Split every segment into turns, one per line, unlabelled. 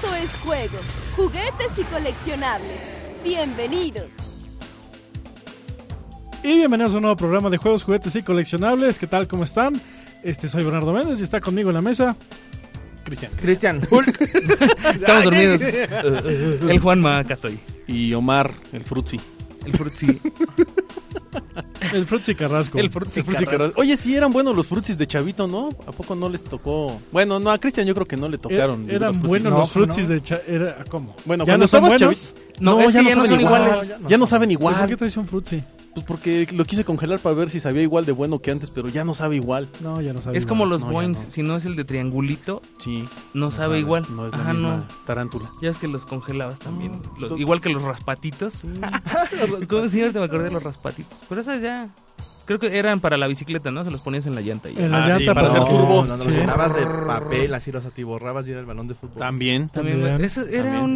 grandes juegos, juguetes y coleccionables. Bienvenidos.
Y bienvenidos a un nuevo programa de juegos, juguetes y coleccionables. ¿Qué tal? ¿Cómo están? Este soy Bernardo Méndez y está conmigo en la mesa Cristian.
Cristian Hulk.
Estamos dormidos. El Juanma, acá estoy.
Y Omar, el Frutzi.
El Frutzi.
El Frutzi Carrasco. Er,
El Frutzi.
El Frutzi Carrasco. Oye, sí eran buenos los Frutzis de Chavito, ¿no? ¿A poco no les tocó? Bueno, no, a Cristian yo creo que no le
Er-
tocaron.
eran
los Frutzis.
buenos
No.
los
no.
frutis de cha- era- ¿Cómo?
Bueno,
¿Ya
cuando
no son
estabas
buenos?
chavis-
No, es que ya no son iguales.
igual, Ya no saben igual.
¿Por qué traes un frutzi?
Pues porque lo quise congelar para ver si sabía igual de bueno que antes, pero ya no sabe igual.
No, ya no sabía.
Es como los
No, ya
Boings.
no.
Si no es el de triangulito,
Sí.
no sabe igual.
No es la
Ajá,
misma
no.
tarántula.
Ya es que los congelabas también.
No,
Los-
lo-
igual que los raspatitos. ¿Cómo sí, ahorita me acordé de los raspatitos? Pero esas ya. Creo que eran para la bicicleta, ¿no? Se los ponías en la llanta. y ya.
En la
Ah, sí,
llanta
para hacer turbo.
No, no,
Sí.
los llenabas de papel, así los atiborrabas y era el balón de fútbol.
También.
También,
también.
ese era
También.
un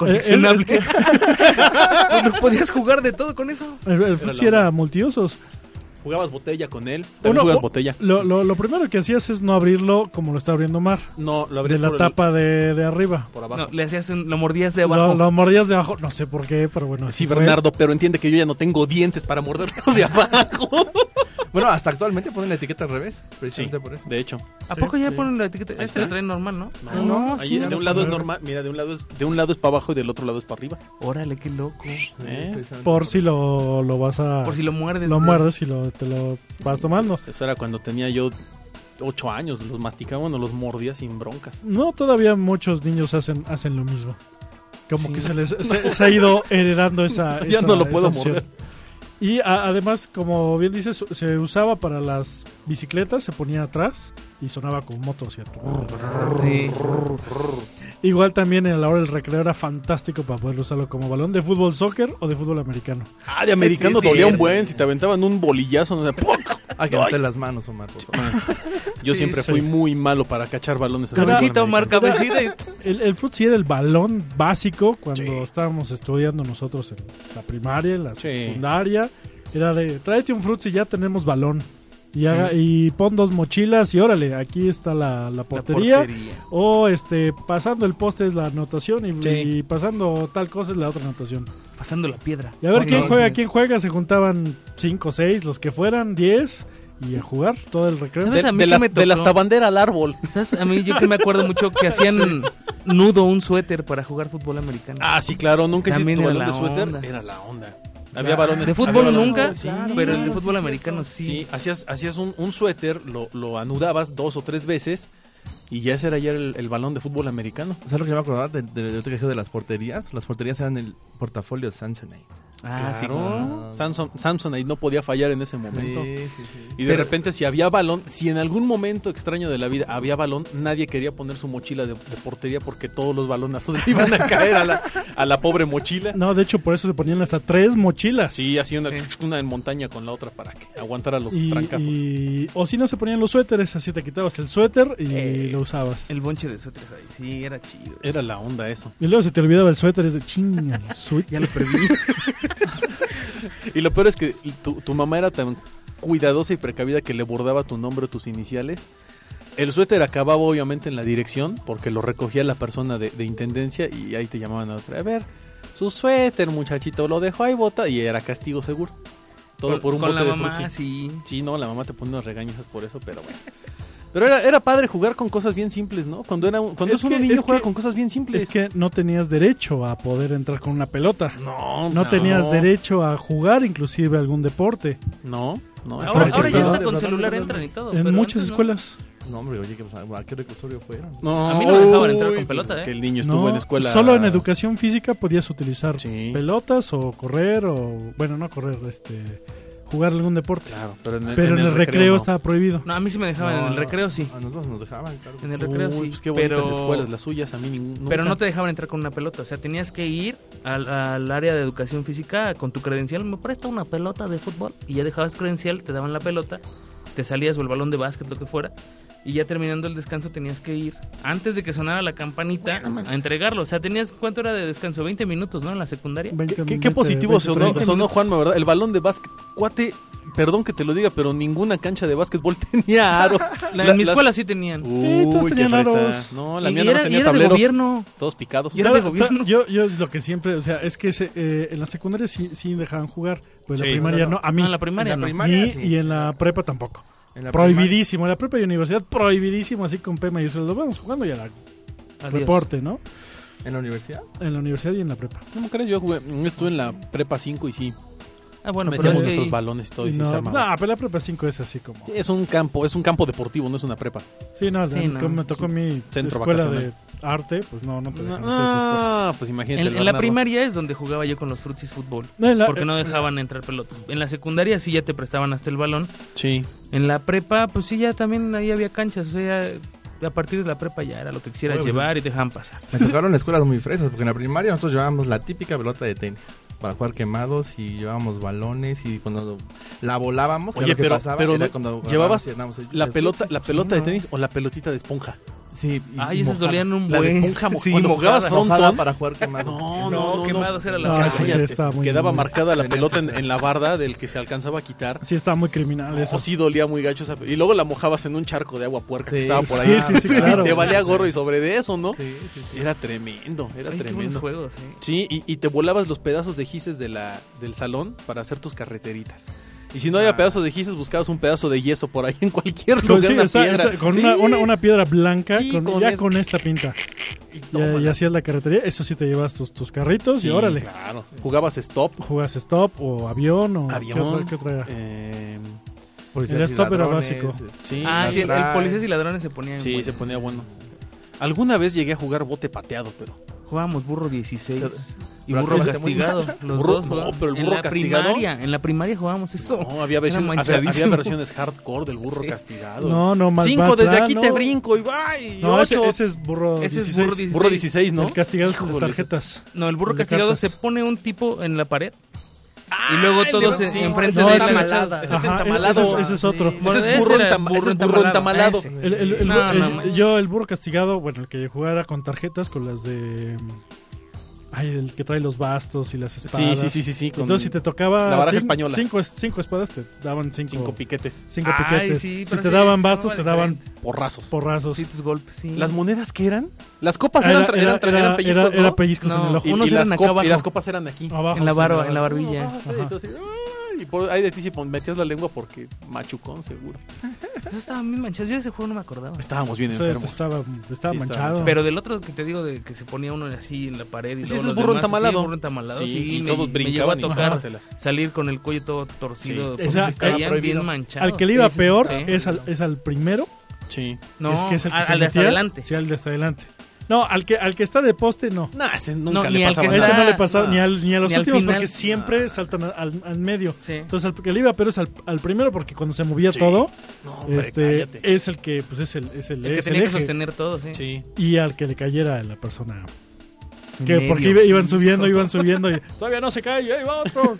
El- el-
coleccionable.
es que-
Bueno, podías jugar de todo con eso.
El, el frutzi
Era la-
era multiusos.
Jugabas botella con él. También
Uno-
jugabas
u-
botella.
Lo, lo- lo primero que hacías es no abrirlo como lo está abriendo Mar.
No, lo
De
abrías
la
por, el-
tapa de, de arriba.
por abajo.
No, le hacías un- lo mordías de abajo.
Lo, lo mordías de abajo. No sé por qué, pero bueno.
Sí,
así fue.
Bernardo, pero entiende que yo ya no tengo dientes para morderlo de abajo.
Bueno, hasta actualmente ponen la etiqueta al revés, precisamente por eso.
de hecho.
¿A
Sí,
poco ya
sí.
ponen la etiqueta? Este
está.
lo traen normal, ¿no?
No,
Ah,
Ah,
no,
Ahí
sí,
de
ya
un
lo
lado es
ponen.
normal, mira, de un lado es, de un lado es para abajo y del otro lado es para arriba.
Órale, qué loco.
¿Eh?
Precisamente
Por si lo, lo vas a.
Por si lo muerdes.
lo
Este,
¿no?
muerdes y lo, te lo vas tomando.
Pues eso era cuando tenía yo ocho años, los masticaba, no los mordía sin broncas.
No, todavía muchos niños hacen, hacen lo mismo. Como
Sí.
que se les se, se ha ido heredando esa.
Ya
esa-
no lo
esa
puedo
opción.
morder.
Y a- además, como bien dices, su- se usaba para las bicicletas, se ponía atrás y sonaba como moto. o sea, turr.
Sí.
Igual también a la hora del recreo era fantástico para poder usarlo como balón de fútbol soccer o de fútbol americano.
Ah, de americano
Sí, sí,
dolía
sí.
un buen, si te aventaban un bolillazo, no sé, ¡puc!
Hay que meter las manos, Omar. por favor.
Yo
Sí,
siempre
sí.
fui muy malo para cachar balones. en el
Cabecita,
fútbol
Omar,
americano.
cabecita. y-
El, el fut sí era el balón básico cuando estábamos estudiando nosotros en la primaria, en la
Sí.
secundaria. Era de, tráete un frutzi, ya tenemos balón. Y, haga- y pon dos mochilas y órale, aquí está la, la
La
portería. O este, pasando el poste es la anotación y,
Sí.
y pasando tal cosa es la otra anotación.
Pasando la piedra.
Y a ver
Oh,
quién
no,
juega,
sí.
quién juega. Se juntaban 5, 6, los que fueran 10 y a jugar todo el recreo.
¿Sabes?
De,
a mí
de
que
las,
me
de las
tocó.
tabandera al árbol.
¿Sabes? A mí yo que me acuerdo mucho que hacían nudo un suéter para jugar fútbol americano.
Ah, sí, claro, nunca hiciste
También
tu
era
balón de
la
suéter.
onda.
Era la onda. Había balones.
de
había
fútbol
balones-
nunca,
Sí,
pero el de
claro,
fútbol
sí,
americano
cierto.
sí.
Sí, hacías, hacías un, un suéter, lo, lo anudabas dos o tres veces y ya ese era ya el, el balón de fútbol americano.
¿Sabes lo que yo me acordaba de, de, de otro que dije de las porterías? Las porterías eran el portafolio Samsonite.
Ah, sí.
cómo no.
Samson, Samsonite no podía fallar en ese momento.
sí, sí.
Y de repente si había balón, si en algún momento extraño de la vida había balón, nadie quería poner su mochila de, de portería porque todos los balonazos le iban a caer a la, a la pobre mochila.
No, de hecho, por eso se ponían hasta tres mochilas.
Sí, así una, una en montaña con la otra para que aguantara los
Y-
trancazos.
y- o si no se ponían los suéteres, así te quitabas el suéter y
Eh.
lo usabas.
El bonche de suéteres ahí. Sí, era chido.
Era la onda eso.
Y luego se te olvidaba el suéter, es de chinga, el suéter.
Ya lo perdí.
Y lo peor es que tu, tu mamá era tan cuidadosa y precavida que le bordaba tu nombre o tus iniciales. El suéter acababa obviamente en la dirección porque lo recogía la persona de, de intendencia y ahí te llamaban a otra. A ver, su suéter, muchachito, lo dejó ahí, bota. Y era castigo seguro. Todo
Con-
por un
Con
bote
la
de
mamá,
frutzi.
sí.
Sí, no, la mamá te pone unas regañizas por eso, pero bueno. Pero era, era padre jugar con cosas bien simples, ¿no? Cuando, era un- cuando
Es
es, uno
que-
niño
es
juega
que-
con cosas bien simples.
Es que no tenías derecho a poder entrar con una pelota.
no,
No, tenías derecho a jugar inclusive algún deporte.
No, no.
Ahora,
porque
estaba-
ahora ya
estaba-
está con celular entran y todo.
en
pero
muchas
antes no.
escuelas.
No, hombre, oye, ¿qué pasa? ¿a qué reclusorio fueron?
No,
A mí no me dejaban
uy,
entrar con
pues
pelota,
es
¿eh?
que el niño estuvo
No,
en escuela.
Solo en educación física podías utilizar
Sí.
pelotas o correr o bueno, no correr, este jugar algún deporte.
Claro, pero en el,
Pero en el, recreo,
no.
estaba prohibido.
No, a mí sí me dejaban
No,
en el
no,
recreo, sí.
A nosotros nos dejaban, claro.
En el recreo,
Uy,
sí.
pues qué bonitas
pero...
escuelas las suyas, a mí nin- nunca.
Pero no te dejaban entrar con una pelota, o sea, tenías que ir al, al área de educación física con tu credencial, me presta una pelota de fútbol y ya dejabas credencial, te daban la pelota, te salías o el balón de básquet, lo que fuera, y ya terminando el descanso tenías que ir antes de que sonara la campanita a entregarlo, o sea, tenías cuánto era de descanso, 20 minutos, ¿no? En la secundaria.
¿Qué-
20,
¿Qué, qué
20,
positivo
20,
sonó,
30.
sonó Juanma, ¿verdad? El balón de básquet. Cuate, perdón que te lo diga, pero ninguna cancha de básquetbol tenía aros.
La-
La-
en mi
la-
escuela sí tenían.
Uy,
todos
qué
tenían
fresa.
aros.
No, la
Y-
mía
y
no
era, y
tenía
era de
tableros.
gobierno.
Todos picados.
Y era de gobierno.
Yo, yo es lo que siempre, o sea, es que se- eh, en la secundaria sí, sí dejaban jugar, pero en
Sí.
la primaria no, a mí.
No, en la primaria
En
no.
la
Ni-
sí.
Y en la prepa tampoco.
En la primaria.
prohibidísimo. En la prepa y universidad, prohibidísimo, así con P mayúscula. Lo vamos jugando y al
Adiós.
reporte, ¿no?
¿En la universidad?
En la universidad y en la prepa.
¿Cómo crees? Yo, jugué- yo estuve en la prepa 5 y sí.
Ah, bueno, pero es
metíamos
que
nuestros
ahí-
balones y todo. Y sí se
no,
armaba.
no, pero la prepa 5 es así como.
Sí, es un campo, es un campo deportivo, no es una prepa.
Sí, no,
Sí, no.
como me tocó mi
Centro
escuela de arte, pues no, no te dejan hacer esas cosas.
Ah, pues imagínate.
en,
el
en la
Bernardo.
primaria es donde jugaba yo con los frutis fútbol.
No, en la-
Porque no dejaban entrar pelota. En la secundaria sí ya te prestaban hasta el balón.
Sí.
En la prepa, pues sí, ya también ahí había canchas. O sea, ya- a partir de la prepa ya era lo que quisieras
Bueno, pues,
llevar y te dejaban pasar.
Me tocaron escuelas muy fresas, porque en la primaria nosotros llevábamos la típica pelota de tenis para jugar quemados y llevábamos balones y cuando la volábamos, que
Oye,
era lo que
pero-
pasaba,
pero
era
no-
cuando agarrábamos
¿llevabas
y andábamos ahí-
La
de-
pelota, la pelota de
no.
tenis o la pelotita de esponja.
Sí,
Ay, esas dolían un
La de
buen.
esponja mo-
Sí,
cuando
mojada,
jugabas
mojada
frontón.
para jugar quemados.
No,
No, quemados era la Ah,
No,
cara.
Ah, sí, sí,
Cállate.
estaba muy.
Quedaba
muy-
marcada la
Tenía
pelota
que
en,
ser.
en la barda del que se alcanzaba a quitar.
Sí, estaba muy criminal eso.
O sí dolía muy gacho esa- Y luego la mojabas en un charco de agua puerca que
Sí,
estaba por
sí,
ahí.
sí, sí, claro.
Te valía gorro y sobre de eso, ¿no?
Sí, sí, sí.
Era tremendo, era
Ay, qué buenos
tremendo.
juegos, eh.
Sí, y, y te volabas los pedazos de gises de la, del salón para hacer tus carreteritas. Y si no había
Ah.
pedazos de gises, buscabas un pedazo de yeso por ahí en cualquier
Con,
lugar,
Pues sí,
una
esa-
piedra.
esa- con
Sí,
una, una- una piedra blanca,
Sí,
con-
con
ya
esa-
con esta pinta.
y
Ya,
tómala.
ya hacías la carretería, eso sí te llevas tus, tus carritos
Sí,
y órale.
Claro. Jugabas stop.
Jugas stop o avión o ¿qué
Avión.
otra, qué otra era?
eh,
El
Policías y
stop era
ladrones,
básico.
este,
sí,
Ah,
las
sí, el, el
traes.
policías y ladrones se ponían.
sí,
güey.
se ponía bueno. Alguna vez llegué a jugar bote pateado, pero
Jugábamos burro 16 y
Pero
burro
acabaste muy
castigado. Los
Burro-
dos
no,
jugábamos.
pero el
en
burro
la
castigado-
primaria, en la primaria jugábamos eso.
no, había,
Era
versiones- había, había
manchadísimo.
versiones hardcore del burro castigado.
No, no, más
Cinco,
más
desde
plano.
aquí te brinco y va, y
No, ese,
ocho.
ese es burro
Ese
16.
es burro 16.
burro 16, ¿no?
El castigado es de
Híjole,
tarjetas.
No, el burro
El de
castigado
cartas.
se pone un tipo en la pared Ah, y luego todos
de-
se-
sí,
enfrente
no,
de
ese-
él.
malada. Ese es
Ajá,
entamalado.
ese es- ese es otro.
Ese es burro
era
entama- ese es burro entamalado.
ese, güey.
El- el- el-
No,
el-
no, mames.
yo, el burro castigado, bueno, el que jugara con tarjetas, con las de. Ay, el que trae los bastos y las
Sí,
espadas.
sí, sí, sí, sí. con
Entonces, si te tocaba.
la baraja
cin-
española.
Cinco, es- cinco espadas, te daban cinco,
cinco
cinco,
piquetes,
Ay,
piquetes.
sí,
si
pero
te
sí,
daban
no,
bastos, te
vale,
daban
porrazos.
porrazos.
Sí, pues, tus golpes, sí.
¿Las monedas qué eran? Las copas
Ah,
eran,
era-
tra- eran, tra-
era-
eran pellizcos,
era-
¿no?
era pellizcos en
No.
el ojo.
y,
Unos
y
eran
las
acá
cop- y
abajo.
las copas eran aquí.
Abajo,
en la
sí,
barba, en
barba.
la barbilla.
Ajá.
Entonces, ¡ay! y por ahí de ti si pon- metías la lengua porque machucón seguro.
Yo estaba bien manchado, yo de ese juego no me acordaba.
Estábamos bien
Eso
enfermos.
estaba, estaba
Sí,
manchado.
Pero del otro que te digo de que se ponía uno así en la pared y
Sí,
luego
ese es
los
burro
demás,
entamalado.
Sí, burro entamalado,
Sí,
sí,
y
me-
todos
me llegó a
brincaban y
tocar
sacártelas.
salir con el cuello todo torcido,
Sí.
porque
O sea,
estaban
estaba
bien
prohibido.
manchados.
eh, al que le iba
Sí, sí,
peor
sí.
es al, es al primero
Sí.
no,
es que es el que
al,
se
al de hasta
metía.
adelante.
Sí, al de hasta adelante. No, al que, al que está de poste, no.
Nah, ese nunca
No, ni
le
al
pasaba
que
A
nada. Ah.
ese
está-
no le pasaba
no.
ni, al, ni a los
Ni al
últimos
final. Ah.
porque siempre saltan al, al- al medio.
Sí.
Entonces, al que le iba peor es al, al primero porque cuando se movía
Sí.
todo,
No, hombre,
este
cállate.
es el que pues es el, es el,
el que
es el
tenía que
eje.
sostener todo, sí.
Sí.
Y al que le cayera la persona.
En
Que porque
medio.
iba- iban subiendo, iban subiendo y todavía no se cae, y ahí va otro.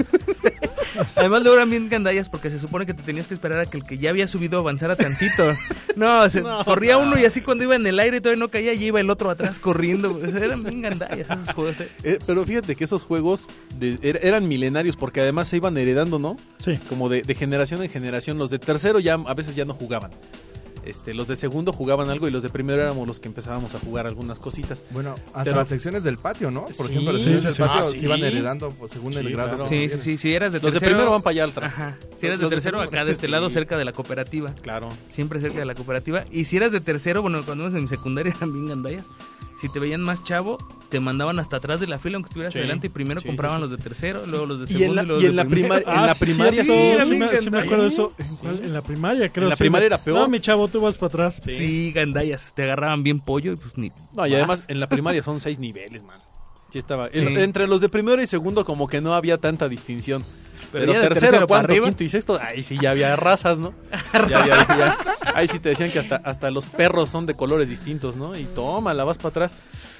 Además luego eran bien gandallas porque se supone que te tenías que esperar a que el que ya había subido avanzara tantito. No, se-
No,
corría uno y así cuando iba en el aire todavía no caía y iba el otro atrás corriendo. güey. Eran bien gandallas esos juegos. eh.
Eh, pero fíjate que esos juegos de- er- eran milenarios porque además se iban heredando, ¿no?
Sí.
Como de, de generación en generación. Los de tercero ya a veces ya no jugaban. Este, los de segundo jugaban algo y los de primero éramos los que empezábamos a jugar algunas cositas.
Bueno, hasta
Pero-
las secciones del patio, ¿no? Por
Sí,
ejemplo, las
sí,
secciones
sí,
del
sí.
patio
Ah,
se
sí.
iban heredando pues, según
Sí,
el grado.
claro.
que
Sí, sí,
tuvieran.
sí, si eras de
Los de
tercero-
primero van para allá al atrás.
Ajá. Si eras de
Los de
tercero,
segundo.
acá de este lado,
Sí.
cerca de la cooperativa.
Claro.
Siempre cerca de la cooperativa. Y si eras de tercero, bueno, cuando íbamos en secundaria eran bien gandallas. Si te veían más chavo, te mandaban hasta atrás de la fila, aunque estuvieras
Sí.
adelante. Y primero
Sí,
compraban
sí,
los de tercero, luego los de
Y
segundo.
en la,
luego
y
los
en
de
la
primero.
prima- en la
Ah, sí,
primaria
cierto,
todo-
era
sí,
bien
me, sí me
gandalla.
acuerdo de eso. ¿En, cuál? En la primaria, creo.
la
sí,
primaria
sí.
era peor.
No, mi chavo, tú vas para atrás.
Sí.
Sí, gandallas. Te agarraban bien pollo y pues ni.
No, y además en la primaria son seis niveles, man. Sí estaba.
Sí.
En- entre los de primero y segundo como que no había tanta distinción. Pero,
ya de
tercero,
tercero para
cuarto,
arriba.
quinto y sexto, ahí sí ya había razas, ¿no? Ya había- ya- ahí sí te decían que hasta, hasta los perros son de colores distintos, ¿no? Y toma, la vas para atrás.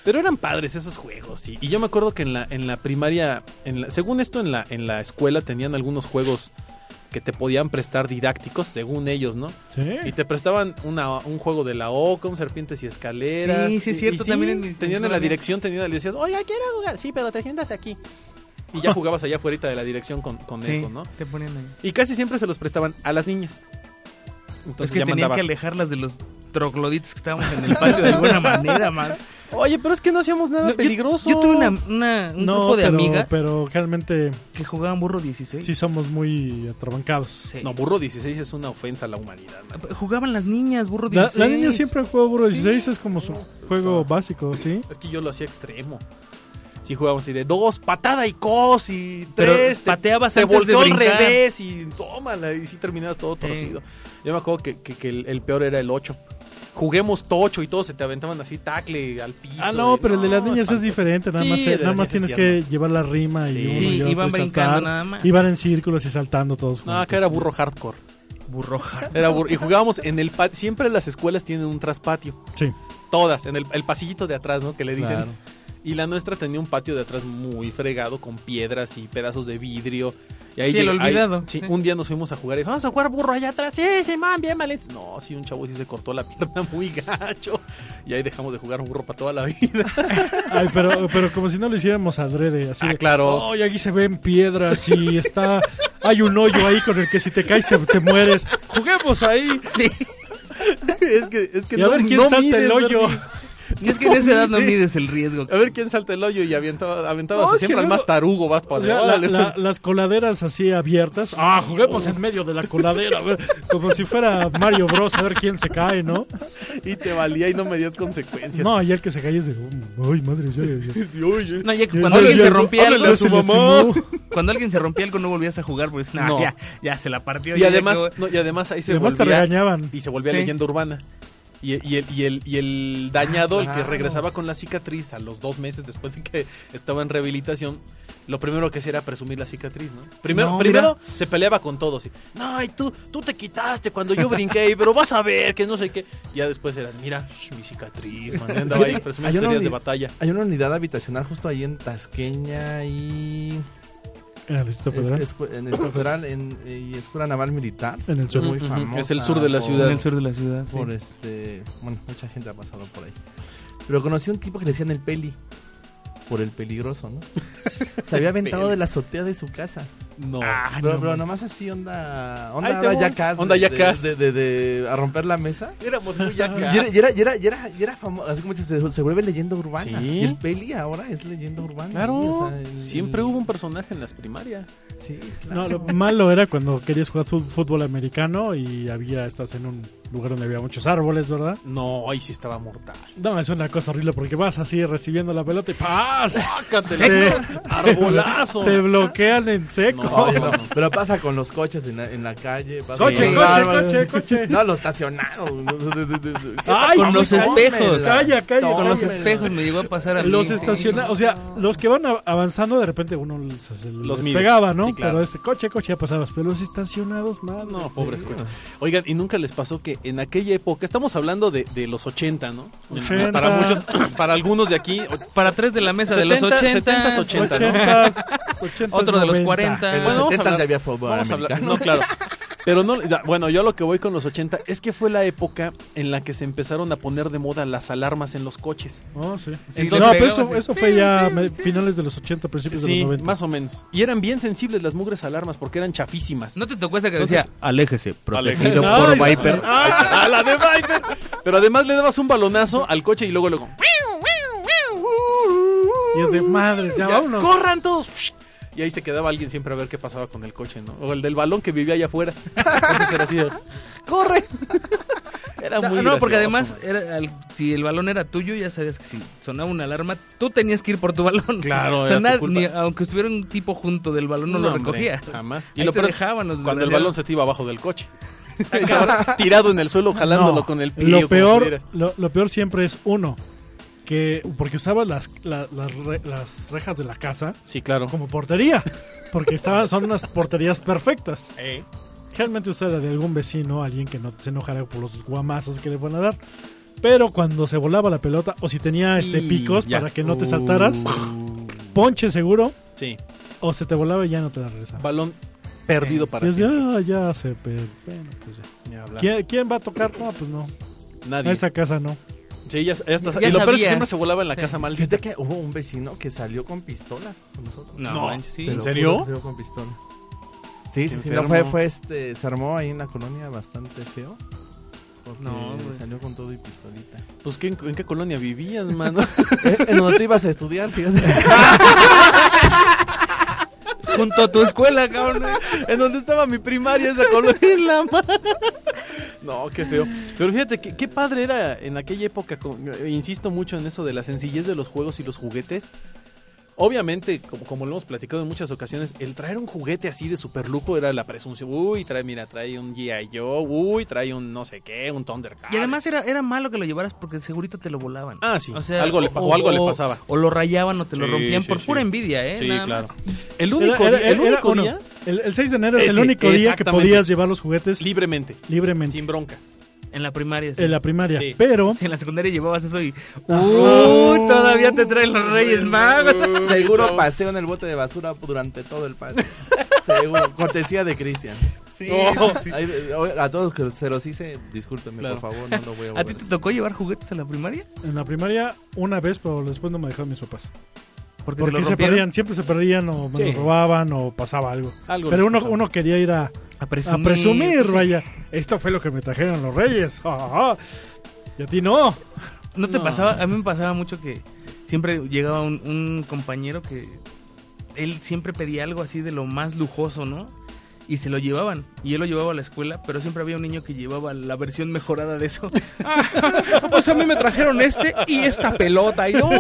Pero eran padres esos juegos. Y, y yo me acuerdo que en la, en la primaria, en la- según esto, en la, en la escuela tenían algunos juegos que te podían prestar didácticos, según ellos, ¿no?
Sí.
Y te prestaban una, un juego de la Oca, un serpientes y escaleras.
Sí, sí, es
Y-
cierto,
y sí,
también en mi- en
tenían
mi
en la
escuela.
dirección, tenían, le decías, oiga, quiero jugar. Sí, pero te sientas aquí. Y ya jugabas allá afuera de la dirección con, con
Sí,
eso, ¿no?
Te ponían ahí.
Y casi siempre se los prestaban a las niñas. Entonces
es que
ya
tenían que
mandabas,
alejarlas de los trogloditas que estábamos en el patio de alguna manera, man.
Oye, pero es que no hacíamos nada
No, yo-
peligroso.
Yo tuve una, una- un
no,
grupo de
pero,
amigas
pero realmente
que jugaban burro 16.
sí somos muy atrabancados.
Sí.
No, burro 16 es una ofensa a la humanidad. ¿no?
Jugaban las niñas, burro
La,
16.
la niña siempre juega Burro 16,
Sí.
es como su
No.
juego básico, ¿sí?
Es que yo lo hacía extremo. Si jugábamos así de dos, patada y cos y
Pero
tres, te,
pateabas
se
antes de
volteó al
brincar.
revés y tómala y si terminabas todo torcido. Yo me acuerdo que, que- que el, el peor era el 8. Juguemos tocho y todos se te aventaban así tacle al piso.
Ah, no,
y-
pero el de las niñas
espantoso.
es diferente. Nada
Sí,
más, eh,
el de las
nada más
niñas
tienes
es
que llevar la rima y
Sí.
uno
Sí,
y otro
iban
y
brincando
saltar.
nada más.
Iban en círculos y saltando todos juntos.
No, acá era burro hardcore.
Burroja.
Era burro. Y jugábamos en el patio. Siempre las escuelas tienen un traspatio.
Sí.
Todas, en el, el pasillito de atrás, ¿no? Que le dicen.
Claro.
Y la nuestra tenía un patio de atrás muy fregado con piedras y pedazos de vidrio. Y ahí
Sí, el
lleg- ahí-
olvidado.
sí,
Sí.
un día nos fuimos a jugar y vamos a jugar burro allá atrás. Sí, sí, man, bien mal. hecho". No, sí, un chavo sí se cortó la pierna muy gacho. Y ahí dejamos de jugar burro para toda la vida.
Ay, pero, pero como si no lo hiciéramos adrede, así.
Ah,
de,
claro.
Ay, aquí se ven piedras y está. Hay un hoyo ahí con el que si te caes te, te mueres. Juguemos ahí.
Sí. es que, es que
Y a
no,
ver quién
no
salta
mides,
el hoyo.
Bernie.
Y es que en esa edad no mides el riesgo.
A ver quién salta el hoyo y aventaba, aventabas
No, es
siempre
que
al
luego-
más tarugo, vas para
O sea, la-
órale.
la- las coladeras así abiertas. Ah, juguemos en medio de la coladera. a ver, como si fuera Mario Bros. A ver quién se cae, ¿no?
Y te valía y no medías consecuencias.
No, y el que se cae es de. "Um, Ay, madre. ya, ya, ya".
Y, oye,
No, ya que
Y
cuando
el-
alguien
ya
se
su-
rompía
ya
algo,
se
su mamá-
lastimó.
cuando alguien se rompía algo no volvías a jugar, pues nah,
No.
ya, ya se la partió.
y
ya
además,
acabó.
no, y además ahí se
Además te
volvía
regañaban.
y se volvía
Sí.
leyenda urbana. Y, y el, y, el, y el dañado,
Ah,
el que
claro.
regresaba con la cicatriz a los dos meses después de que estaba en rehabilitación, lo primero que hacía era presumir la cicatriz, ¿no? Primero,
no,
primero se peleaba con todos. Y, Ay, tú, tú te quitaste cuando yo brinqué, pero vas a ver que no sé qué. Y ya después eran, mira, shh, mi cicatriz, man, y andaba ahí
Fíjate,
presumiendo
hay una
heridas de
uni-
batalla.
Hay una unidad habitacional justo ahí en Tasqueña y.
En el Distrito
es-
Federal.
es- en el Distrito Federal en, eh, y Escuela Naval Militar.
En el sur.
Ujú,
muy
ujú.
famosa
Es el sur de la
por-
ciudad.
en el sur de la ciudad. sí.
Por este. Bueno, mucha gente ha pasado por ahí. Pero conocí a un tipo que le decían el peli. Por el peligroso, ¿no? Se había aventado
Peli.
de la azotea de su casa.
No.
Ah,
pero,
no,
pero
man.
nomás así onda.
Ahí
Onda
te
onda
voy.
yacas.
Onda
de-
yacas.
De, de- de- de- a romper la mesa.
Éramos muy
Y
acá.
era, y era, y era, y era, y era famoso. Así como dices, se, se vuelve leyenda urbana.
Sí.
Y el peli ahora es leyenda urbana. sí, o
Claro,
sea, el-
siempre
el-
hubo un personaje en las primarias.
Sí,
No,
claro.
lo malo era cuando querías jugar fut- fútbol americano y había, estás en un lugar donde había muchos árboles, ¿verdad?
No, ahí sí estaba mortal.
No, es una cosa horrible porque vas así recibiendo la pelota y ¡paz!
¡Sácatela! ¡Arbolazo!
Te bloquean en seco.
No,
Oye, no, Pero pasa con los coches en la, en la calle. pasa
Coche,
con los
coche,
árboles.
coche, coche.
No, los estacionados. no, de- de- de- de-
Ah,
Ay,
con los
tómela,
espejos.
Calla, calla,
Con los
calla.
espejos me llegó a pasar a mí.
Los
sí.
estacionados, o sea, los que van a- avanzando de repente uno se, se
Los
les
mide.
pegaba, ¿no?
Sí, claro.
Pero este coche, coche ya pasabas, pero los estacionados, man.
No, pobres coches. Oigan, ¿y nunca les pasó que en aquella época, estamos hablando de, de los 80, ¿no?
80.
Para muchos, para algunos de aquí, o-
Para tres de la mesa de los
70,
80.
70, 80.
80s, 80s,
Otro de los
90.
40.
En
Bueno, vamos a
los 70
hablar-
ya había fútbol
vamos a hablar,
americano.
no, claro. Pero no, ya, bueno, yo a lo que voy con los 80 es que fue la época en la que se empezaron a poner de moda las alarmas en los coches.
Oh, sí.
Sí,
Entonces,
les
no, pero
pegaba
eso,
así.
eso fue ya me- finales de los 80, principios de
Sí,
los 90.
más o menos. Y eran bien sensibles las mugres alarmas porque eran chafísimas.
¿No te tocó esa que
Entonces-
decía? Aléjese, protegido
Aléjese.
por
Ay, sí.
Viper.
¡Ah! ¡A la de Viper! Pero además le dabas un balonazo al coche y luego luego.
Y es de madres, ya,
Ya,
vámonos.
¡Corran todos! Y ahí se quedaba alguien siempre a ver qué pasaba con el coche, ¿no? O el del balón que vivía allá afuera. Entonces era así de, ¡Corre! Era
No,
muy
no, porque además,
gracioso,
era al- si el balón era tuyo, ya sabías que si sonaba una alarma, tú tenías que ir por tu balón.
Claro,
O sea,
era tu
nada-
culpa.
ni- aunque estuviera un tipo junto del balón, no, lo
hombre,
recogía.
jamás.
Y
Y lo
te
peor es
dejaban los
cuando el
desgraciados.
balón se te iba abajo del coche. Estabas tirado en el suelo, jalándolo
No,
con el pie. o
Lo
como
peor,
pudieras.
lo, lo peor siempre es uno. Que, porque usabas las, la- las, re- las rejas de la casa
Sí, claro.
como portería. Porque estaban, son unas porterías perfectas.
Eh,
Realmente usaba de algún vecino, alguien que no se enojara por los guamazos que le van a dar. Pero cuando se volaba la pelota, o si tenía este
Y
picos
ya.
para que no te saltaras,
Uh,
ponche seguro,
sí,
o se te volaba y ya no te la regresaba.
balón perdido para
Y es de,
siempre.
"Ah, ya se per- bueno, pues ya".
Ni hablar.
¿Quién, quién va a tocar? No, pues no.
Nadie.
A esa casa no.
Sí, ya, ya está.
Ya
y lo peor es que
sabías.
siempre se volaba en la casa
Fíjate
maldita.
que hubo un vecino que salió con pistola con nosotros.
No,
No.
manches, sí.
¿En
Te lo
serio?
juro, salió con pistola. Sí, sí, sí. no,
Enfermo.
fue, fue este, se armó ahí en la colonia bastante feo. Porque
No, güey.
salió con todo y pistolita.
Pues, ¿qué- ¿en qué colonia vivías, mano?
Eh, en donde tú ibas a estudiar, fíjate.
Junto a tu escuela, cabrón.
en donde estaba mi primaria, esa colonia en la ma- No, qué feo. Pero fíjate, qué, qué padre era en aquella época. con- eh, insisto mucho en eso de la sencillez de los juegos y los juguetes. Obviamente, como, como lo hemos platicado en muchas ocasiones, el traer un juguete así de super lujo era la presunción. Uy, trae, mira, trae un G.I. Joe, uy, trae un no sé qué, un Thundercat.
Y además era, era malo que lo llevaras porque segurito te lo volaban.
Ah, sí. Algo le pa- o algo le pasaba.
O lo rayaban o te lo
Sí,
rompían
sí,
por
sí.
pura envidia, ¿eh?
Sí,
Nada
claro.
más.
El único,
Era-
día-
era-
el
era-
único
bueno,
día,
el, el 6 de enero es el
Ese,
único día que
exactamente.
podías llevar los juguetes
libremente,
libremente
sin bronca.
En la primaria. sí.
en la Ah. primaria.
Sí.
Pero
Sí, en la secundaria llevabas eso y.
Ajá.
¡Uy! Todavía te traen los Reyes Magos.
Seguro paseo en el bote de basura durante todo el paseo. Seguro. Cortesía de Cristian.
Sí,
No.
sí, sí.
Ay, A todos que se los hice, discúlpenme,
Claro.
por favor, no lo voy a
¿A ti
volver
te tocó llevar juguetes a la primaria?
en la primaria una vez, pero después no me dejaron mis papás.
Porque, te
Porque
lo
se
rompieron.
perdían, siempre se perdían o me
Sí.
lo robaban o pasaba algo.
Algo
Pero
les
uno,
pasaba.
uno quería ir a,
A
a
presumir.
presumir,
sí.
vaya. Esto fue lo que me trajeron los reyes. ja, ja, ja. Y a ti no.
¿No te
No.
pasaba? A mí me pasaba mucho que siempre llegaba un, un compañero que él siempre pedía algo así de lo más lujoso, ¿no? Y se lo llevaban. Y él lo llevaba a la escuela, pero siempre había un niño que llevaba la versión mejorada de eso. o sea, Pues a mí me trajeron este y esta pelota. Y ¡oh!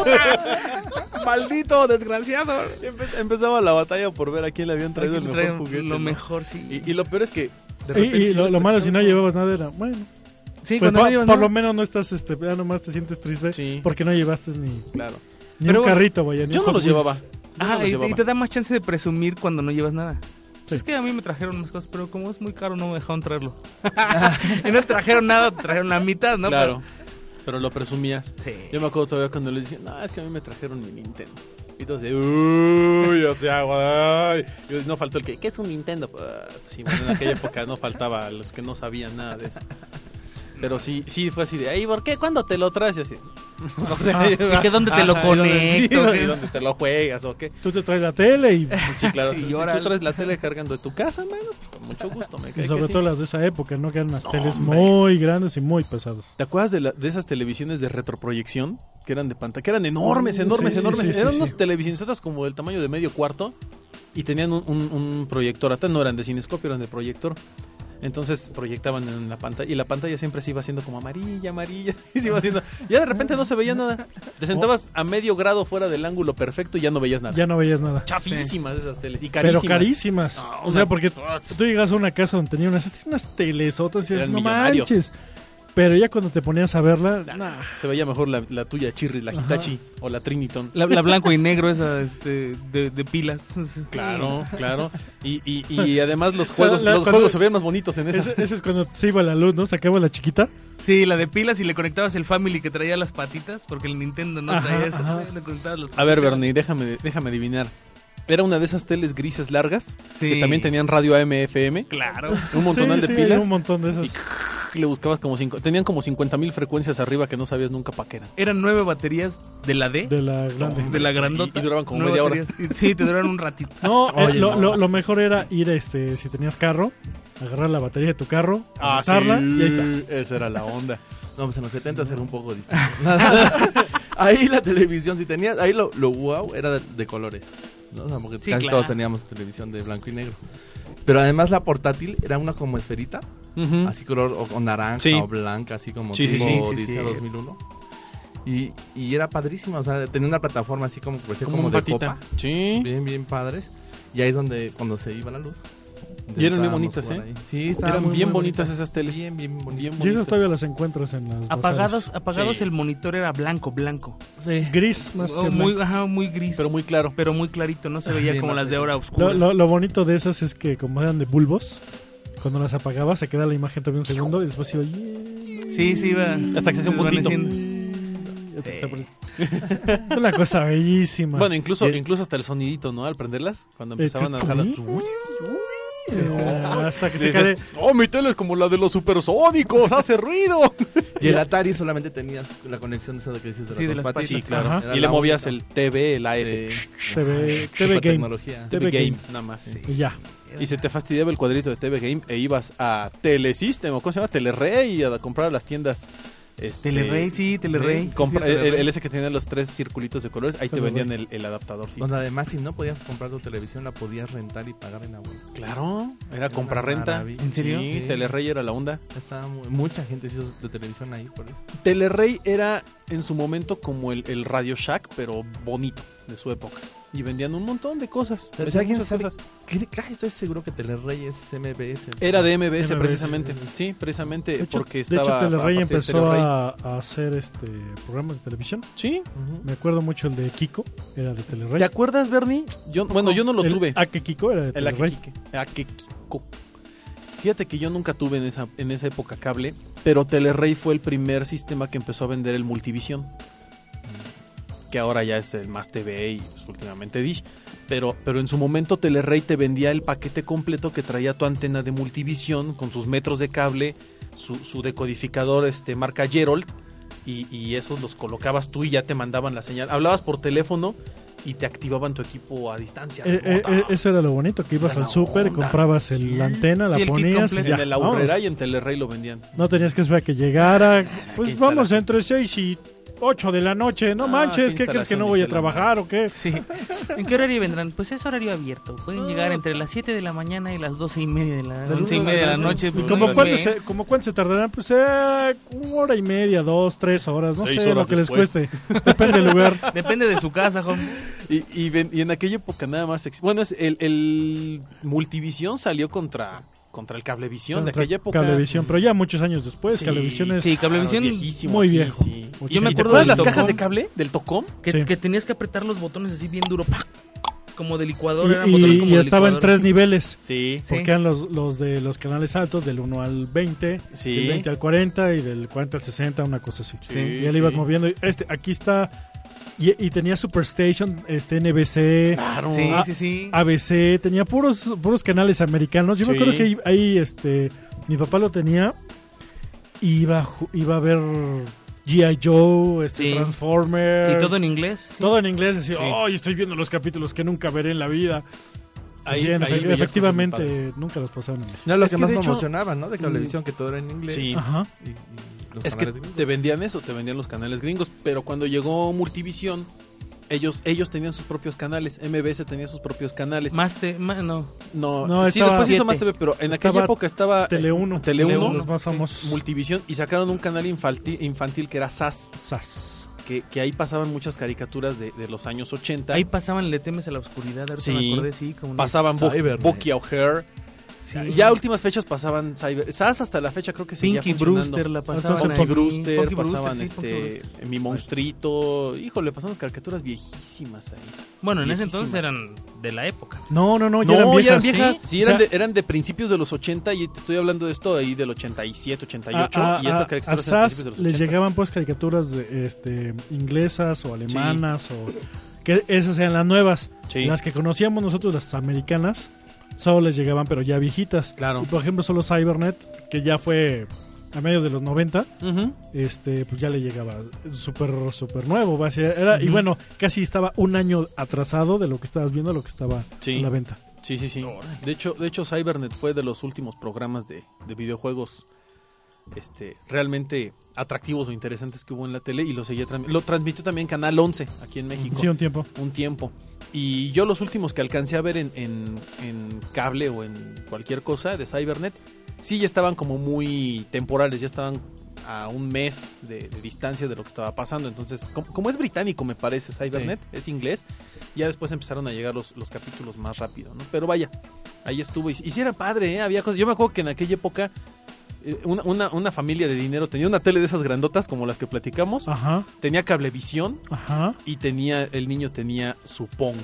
¡Maldito desgraciado!
Empe- Empezaba la batalla por ver a quién le habían traído el
Aquí
mejor
traen
juguete.
lo
¿no?
mejor, sí.
Y, y lo peor es que. de
Y,
repente
y lo,
quieres
lo malo si no
prestar
llevabas nada era, bueno, pues,
sí, cuando
pa-
no llevas
por lo
nada.
menos no estás, este, ya nomás te sientes triste
Sí.
porque no llevaste ni,
eso, Claro.
ni
Pero
un
bueno,
carrito, vaya. ni
Yo
un
no
Hot
los
Wheels.
llevaba. Yo no
Ah,
los
y,
llevaba.
y te da más chance de presumir cuando no llevas nada.
Sí.
Es que a mí me trajeron unas cosas, pero como es muy caro no me dejaron traerlo. y no trajeron nada, trajeron la mitad, ¿no?
claro. Pero lo presumías.
Pero- sí.
Yo me acuerdo todavía cuando le dije, no, es que a mí me trajeron mi Nintendo. Y todos de, uy, o sea, guay. Y no faltó el que, ¿qué es un Nintendo? Ah, sí, bueno, en aquella época no faltaba a los que no sabían nada de eso. Pero sí, sí, fue así de, ay, ¿por qué? ¿Cuándo te lo traes? Y así. o sea,
Ah, ¿y que dónde te lo
ajá, ¿y dónde-
conecto?
sí, ¿dónde-
¿Qué?
y dónde te lo juegas o qué?
Tú te traes la tele y,
Sí, claro.
Sí,
si tú
órale.
traes la tele cargando de tu casa, mano, pues con mucho gusto. Me
y
cae
sobre
que sí.
todo las de esa época, ¿no? Que eran unas teles
hombre.
muy grandes y muy pesadas.
¿Te acuerdas de, la- de esas televisiones de retroproyección? Que eran de pantalla, que eran enormes,
Sí,
enormes,
sí,
enormes.
sí, sí,
eran
sí.
unas televisiones como del tamaño de medio cuarto y tenían un, un- un proyector. Atrás no eran de cinescopio, eran de proyector. Entonces proyectaban en la pantalla y la pantalla siempre se iba haciendo como amarilla, amarilla. Y se iba haciendo. Ya de repente no se veía nada. Te sentabas a medio grado fuera del ángulo perfecto y ya no veías nada.
Ya no veías nada.
Chafísimas esas teles y carísimas.
Pero carísimas.
No,
o sea,
una-
porque tú llegas a una casa donde tenía unas, tenía unas telesotas y dices,
Eran
no
millonarios".
manches. Pero ya cuando te ponías a verla, nah,
Se veía mejor la, la tuya, Chirri, la Hitachi o la Triniton.
La, la blanco y negro esa este, de, de pilas.
Claro, claro. Y, y, y además los juegos,
La- la-
los
cuando-
juegos se veían más bonitos en esas.
ese, ese es cuando se iba la luz, ¿no? Sacaba la chiquita.
Sí, la de pilas y le conectabas el Family que traía las patitas, porque el Nintendo no
Ajá,
traía eso.
ajá.
Le conectabas los
A ver, Bernie, déjame, déjame adivinar. Era una de esas teles grises largas
Sí.
que también tenían radio AM-FM.
Claro.
Un montón
Sí,
de
sí,
pilas.
Un montón de esas.
y le buscabas como cinco, tenían como 50 mil frecuencias arriba que no sabías nunca para qué eran.
Eran nueve baterías de la D, de,
De la grande.
la grandota.
Y- y duraban como
Nueve
media hora.
baterías. Y- Sí, te duraron un ratito.
No, eh,
Oye,
lo,
no.
lo- lo mejor era ir, este, si tenías carro, agarrar la batería de tu carro,
Ah,
montarla y ahí está.
Esa era la onda.
No, pues en los 70 era un poco distinto. ahí la televisión, si tenías, ahí lo, lo wow era de, de colores. ¿no? O sea, porque
Sí,
casi
claro.
todos teníamos televisión de blanco y negro. Pero además la portátil era una como esferita,
Ujú.
así color o, o naranja
Sí.
o blanca, así como
Sí, sí,
tipo
sí,
sí, sí.
Odisea 2001. Y, y era padrísima, o sea, tenía una plataforma así como, pues,
Como,
como
un
de
patita.
copa.
Sí.
Bien, bien padres. Y ahí es donde, cuando se iba la luz.
Y eran bien
intentábamos
bonitas,
jugar
¿eh?
ahí. Sí, estaban
Eran
muy,
bien
muy
bonitas esas teles.
Bien, bien bonitas.
Bien
Y esas
bonitas.
todavía las encuentras en las
Apagados,
bazares.
apagados
Sí.
el monitor era blanco, blanco.
Gris, más
Oh,
que
muy,
blanco.
ajá, muy gris,
Pero
pero,
muy claro.
muy clarito, no se veía
Sí,
como
no
las
sé.
de ahora
Lo,
oscuras.
lo- lo bonito de esas es que como eran de bulbos, cuando las apagabas se queda la imagen todavía un segundo y después iba...
Sí, sí, iba.
Hasta que se hace un puntito.
desvaneciendo.
Hasta que se aparece. Una cosa bellísima.
Bueno, incluso,
Y-
incluso hasta el sonidito, ¿no? Al prenderlas, cuando
Eh,
empezaban a
¿tú-
jalar.
tú- Eh, hasta que se
Dices,
cae.
oh, mi tele es como la de los supersónicos, hace ruido.
Y el Atari solamente tenía la conexión esa de que dices de,
Sí, de
las
las
dos patitas.
Sí,
claro.
Era
Y le
la
movías el
única.
TV, el AF.
Eh,
TV,
ajá,
TV
super
Game.
tecnología.
TV Game.
nada más.
Y ya.
Y se te fastidiaba el cuadrito de TV Game e ibas a Telesystem o ¿cómo se llama? Telerey a comprar a las tiendas. este,
Telerey, sí, Telerey. Sí,
compra-
sí,
el,
Telerey.
el ese que tenía los tres circulitos de colores, ahí te
Telerey.
vendían el, el adaptador. sí.
Donde además si no podías comprar tu televisión la podías rentar y pagar en la web.
Claro, era
Era una
compra-renta.
maravilla.
¿En serio?
Sí,
Sí.
Telerey era la onda.
Estaba mu- mucha gente se hizo de televisión ahí por eso.
Telerey era en su momento como el, el Radio Shack, pero bonito de su época. Y vendían un montón de cosas.
Pero
Vendían
si alguien
muchas
sabe-
cosas.
¿Qué casi estoy seguro que Telerrey es MBS?
Era de MBS,
MBS.
precisamente. Sí, precisamente
De hecho,
Eh, porque
de
estaba.
hecho, Telerrey
a partir de
empezó
Stereo Rey.
a, a hacer este programas de televisión.
Sí.
Ujú.
Me acuerdo mucho el de Kiko, era de Telerrey.
¿Te acuerdas, Bernie? Yo, bueno, yo no lo
El
tuve.
Ake Kiko era de
El
Telerrey.
Akequique- Akequico. Fíjate que yo nunca tuve en esa, en esa época cable, pero Telerrey fue el primer sistema que empezó a vender el Multivisión. Que ahora ya es el Más TV y pues, últimamente Dish. Pero, pero en su momento Telerrey te vendía el paquete completo que traía tu antena de Multivisión con sus metros de cable, su, su decodificador este, marca Gerald. Y, y esos los colocabas tú y ya te mandaban la señal. Hablabas por teléfono y te activaban tu equipo a distancia.
Eh, eh,
remota.
eh, eso era lo bonito, que ibas
Era
al
la
súper,
onda.
comprabas el, la antena, la
Sí, el kit
ponías y
completo.
ya,
en el
vámonos.
Aurrera y en Telerrey lo vendían.
No tenías que esperar a que llegara. Pues
instalación.
vamos entre 6 y 8 de la noche. No
Ah,
manches,
qué
¿qué crees que
instalación,
no voy a
dije la madre.
trabajar o qué?
Sí. ¿En qué horario vendrán? Pues es horario abierto. Pueden
Ah.
llegar entre las 7 de la mañana y las 12 y media de la, 11
De
y
lunes a
media de la
viernes.
noche.
¿Y
¿Y
pues,
como
no
cuánto,
sé.
se, como cuánto se tardarán? Pues eh, una hora y media, dos, tres horas. No
Seis
sé lo
horas
que
después.
les cueste. Depende del lugar.
Depende de su casa, Juan.
Y, y ven- y en aquella época nada más. ex- Bueno, es el, el Multivisión salió contra, contra el Cablevisión
Contra
de aquella época.
Cablevisión, pero ya muchos años después.
Sí,
Cablevisión es.
sí, Cablevisión
viejísimo
muy
aquí,
viejo.
sí.
Ochenta.
Yo me
¿Y te
acuerdo de
acuerdas
las
del
cajas de
Tocom?
cable del Tocom.
Que,
Sí.
que tenías que apretar los botones así bien duro. ¡pac! Como de licuador.
Y,
eran botones
y-
como
y
de
estaba en
licuadora.
tres niveles.
Sí.
Sí.
Porque eran los, los de los canales altos, del 1 al 20,
Sí.
del 20 al 40 y del 40 al 60, una cosa así.
Sí,
y ya le ibas
sí.
moviendo. y, Este, aquí está. Y, y tenía Superstation, este NBC,
Claro.
Sí,
Ah,
sí, sí.
ABC, tenía puros, puros canales americanos. Yo me acuerdo
Sí.
que ahí, ahí, este, mi papá lo tenía. y Iba, a ju- iba a ver G.I. Joe, este,
Sí.
Transformers.
Y todo en inglés. sí.
todo en inglés, así,
Sí.
"Ay, estoy viendo los capítulos que nunca veré en la vida.
Ahí-
Sí, en efe-
ahí veías cosas muy
efectivamente, nunca los pasaron en México.
Era lo
Es
que
que
más
de hecho-
promocionaban, ¿no? De televisión, que todo era en inglés.
Sí.
Ajá.
Y- y los
Es que
canales de-
te vendían eso, te vendían los canales gringos. Pero cuando llegó Multivisión, ellos, ellos tenían sus propios canales. MBS tenía sus propios canales.
Más te. más- no.
No,
No,
sí,
estaba-
después hizo
Siete.
más TV, pero en
Estaba
aquella época estaba
Tele 1.
Tele Uno.
Los más famosos.
Multivisión y sacaron un canal infantil, infantil que era SAS,
Sas.
que, que ahí pasaban muchas caricaturas de, de los años 80.
Ahí pasaban Le temes a la oscuridad. Ahorita
Sí.
me acordé, sí. Como
pasaban Bo-
Cybermen.
Bucky O'Hare.
Sí.
Ya a últimas fechas pasaban Cyber- SAS hasta la fecha creo que seguía
Pinky
funcionando.
Brewster la
Entonces,
pasaban.
Punky
ahí.
Brewster,
Punky Brewster,
pasaban
sí, Punky
este
Brewster.
Mi Monstrito. Híjole, pasaban caricaturas viejísimas ahí.
Bueno, en ese entonces
viejísimas.
eran de la época.
No, no, no,
No,
ya eran viejas.
Sí,
O
eran,
sea,
de, eran de principios de los 80 y te estoy hablando de esto ahí del 87, 88
a- a-
y estas
a-
caricaturas
a
eran de
SAS
principios de los 80.
les llegaban pues caricaturas de, este, inglesas o alemanas o que esas eran las nuevas.
Sí.
Las que conocíamos nosotros, las americanas, solo les llegaban pero ya viejitas.
Claro.
Y, por ejemplo, solo Cybernet, que ya fue a mediados de los 90,
Ujú.
este, pues ya le llegaba súper, súper nuevo. va a ser- era- Y bueno, casi estaba un año atrasado de lo que estabas viendo a lo que estaba
Sí.
en la venta.
Sí, sí, sí. De hecho, de hecho, Cybernet fue de los últimos programas de, de videojuegos este, realmente atractivos o interesantes que hubo en la tele y lo seguía transmi- Lo transmitió también Canal 11 aquí en México
Sí, un tiempo.
un tiempo. Y yo los últimos que alcancé a ver en, en- en cable o en cualquier cosa de Cybernet, sí ya estaban como muy temporales, ya estaban a un mes de, de distancia de lo que estaba pasando. Entonces, com- como, es británico me parece Cybernet, es inglés, ya después empezaron a llegar los, los capítulos más rápido, ¿no? Pero vaya, ahí estuvo. Y, si- y sí era padre, ¿eh? Había cosas. Yo me acuerdo que en aquella época eh, una, una- una familia de dinero tenía una tele de esas grandotas como las que platicamos,
Ajá,
tenía cablevisión
ajá.
y tenía el niño tenía su Pong.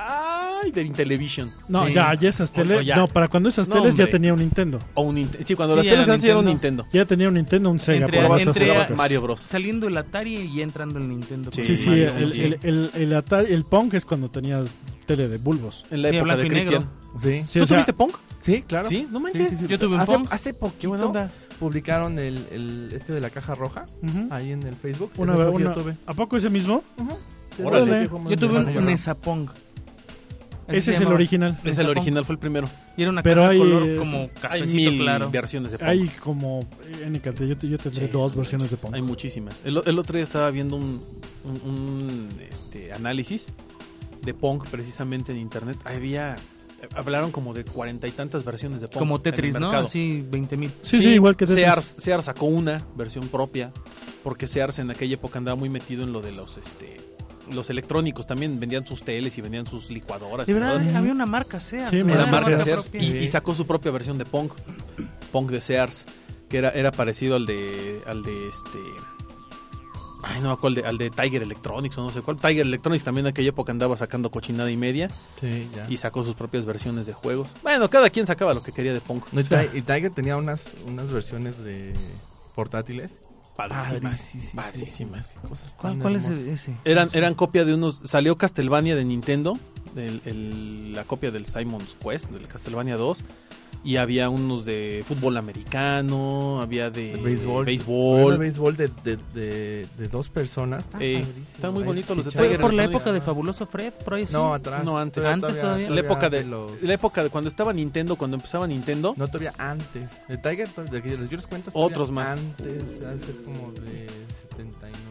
Ay, de Intellivision.
No,
Sí.
ya, ya esas
O- o
teles.
ya.
No, para cuando esas
No,
teles ya
hombre.
tenía un Nintendo.
O un Ninte- Sí, cuando
Sí,
las
ya era
teles grandes sí era un
Nintendo.
Nintendo.
Ya tenía un Nintendo, un Sega.
Entre-
por
Jugabas-
esas
entre-
jugabas
épocas.
Mario Bros.
Saliendo el Atari y entrando el Nintendo.
Sí,
Sí, sí,
Mario,
el,
sí.
El, el, el Atari- el Pong es cuando tenías tele de bulbos.
En la
Sí,
época
blanco
de
y negro.
Cristian.
Sí,
Sí,
¿Tú
o sea,
tuviste Punk?
sí, claro.
Sí, no
Sí,
manches.
sí, sí.
Yo tuve un
hace,
Pong.
hace
Qué
poquito
buena onda.
publicaron el, el- este de la caja roja
ujú.
Ah,
ahí en el Facebook.
Una
Ese
vez,
fue que
una-
yo tuve.
¿A poco ese mismo?
Ujú. Ese
Órale.
fue el que jugamos
Yo
en
tuve
la
un,
caja
un
roja.
Nezapong. Así
Ese
se
es el
llamaba.
original.
Es el
Pong.
original, fue el primero.
Y era una
Pero
caja de
hay,
color
este,
como
Hay
cafecito
mil
claro.
versiones de Pong.
Hay como eh, N cantidad, yo, te- yo tendré
Sí,
dos
no
versiones de
manches.
Pong.
Hay muchísimas. El, el otro día estaba viendo un, un- un, este, análisis de Pong precisamente en internet. Había. Hablaron como de cuarenta y tantas versiones de Pong.
Como
en el
Tetris, ¿no?
mercado.
Así 20 mil.
Sí, sí, igual que Tetris.
Sears, Sears sacó una versión propia. Porque Sears en aquella época andaba muy metido en lo de los este los electrónicos. También vendían sus teles y vendían sus licuadoras.
De
y
verdad,
todo eso.
había una marca Sears.
Sí,
¿no?
me
Era
Ah,
marca
Sears.
Sears.
propia.
Y, y sacó su propia versión de Pong. Pong de Sears. Que era, era parecido al de. al de este. Ay, no, ¿cuál de, al de Tiger Electronics o no sé cuál. Tiger Electronics también en aquella época andaba sacando cochinada y media
Sí,
Ah.
ya.
y sacó sus propias versiones de juegos. Bueno, cada quien sacaba lo que quería de Pong.
No, y,
O sea.
Ti- y Tiger tenía unas, unas versiones de portátiles.
Padrísimas.
Padrísimas,
padrísimas.
qué Cosas tan
¿Cuál, cuál es
hermosas.
ese?
Eran, eran copia de unos. Salió Castlevania de Nintendo. el- el- la copia del Simon's Quest, del Castlevania 2. Y había unos de fútbol americano. Había de
De béisbol. Había
béisbol.
una béisbol de, de, de, de dos personas. Está
Eh,
padrísimo.
están muy
Ahí
bonitos los
sí,
detalles.
Fue
Tiger
por la
Electronics.
época de Fabuloso Fred, por ahí sí.
No, atrás.
No, antes.
Antes todavía.
La época de-
los-
La época de cuando estaba Nintendo, cuando empezaba Nintendo.
No, todavía antes. De Tiger, to- de que yo les cuento. todavía
Otros más.
Antes, hace como de 79.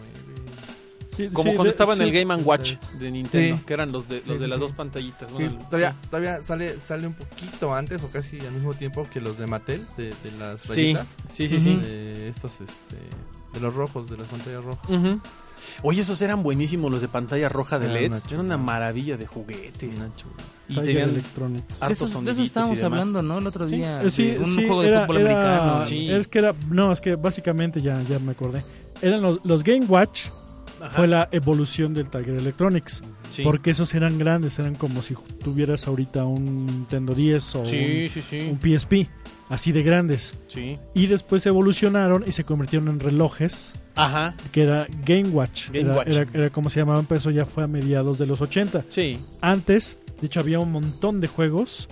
Sí,
como
sí,
cuando
de-
estaba
sí.
en el Game and Watch de Nintendo,
Sí.
que eran los de los
Sí,
de
sí,
las
sí.
dos pantallitas. ¿no?
Sí,
El-
todavía todavía sale, sale un poquito antes o casi al mismo tiempo que los de Mattel, de, de las
Sí,
rayitas.
sí, sí, sí.
Ujú.
De estos, este. De los rojos, de las pantallas rojas.
Ujú. Oye, esos eran buenísimos los de pantalla roja de
Era
LEDs.
una
Era una
chulada.
maravilla de juguetes.
Una chulada.
Y
Tiger
tenían
Electronics.
De
hartos
esos- de
soniditos
eso
y
estábamos
demás.
hablando, ¿no? El otro día.
Eh, sí,
de un
sí,
juego de
era-
fútbol
era-
americano.
Sí.
Es que era, no, es que básicamente ya, ya me acordé. Eran los, los Game Watch,
Ajá.
fue la evolución del Tiger Electronics.
Sí.
Porque esos eran grandes, eran como si tuvieras ahorita un Nintendo 10 o
Sí, sí,
un,
sí,
un PSP, así de grandes.
sí.
Y después evolucionaron y se convirtieron en relojes,
Ajá,
que era Game Watch.
Game
era,
Watch.
Era, era como se llamaban, pero eso ya fue a mediados de los 80.
sí.
Antes, de hecho, había un montón de juegos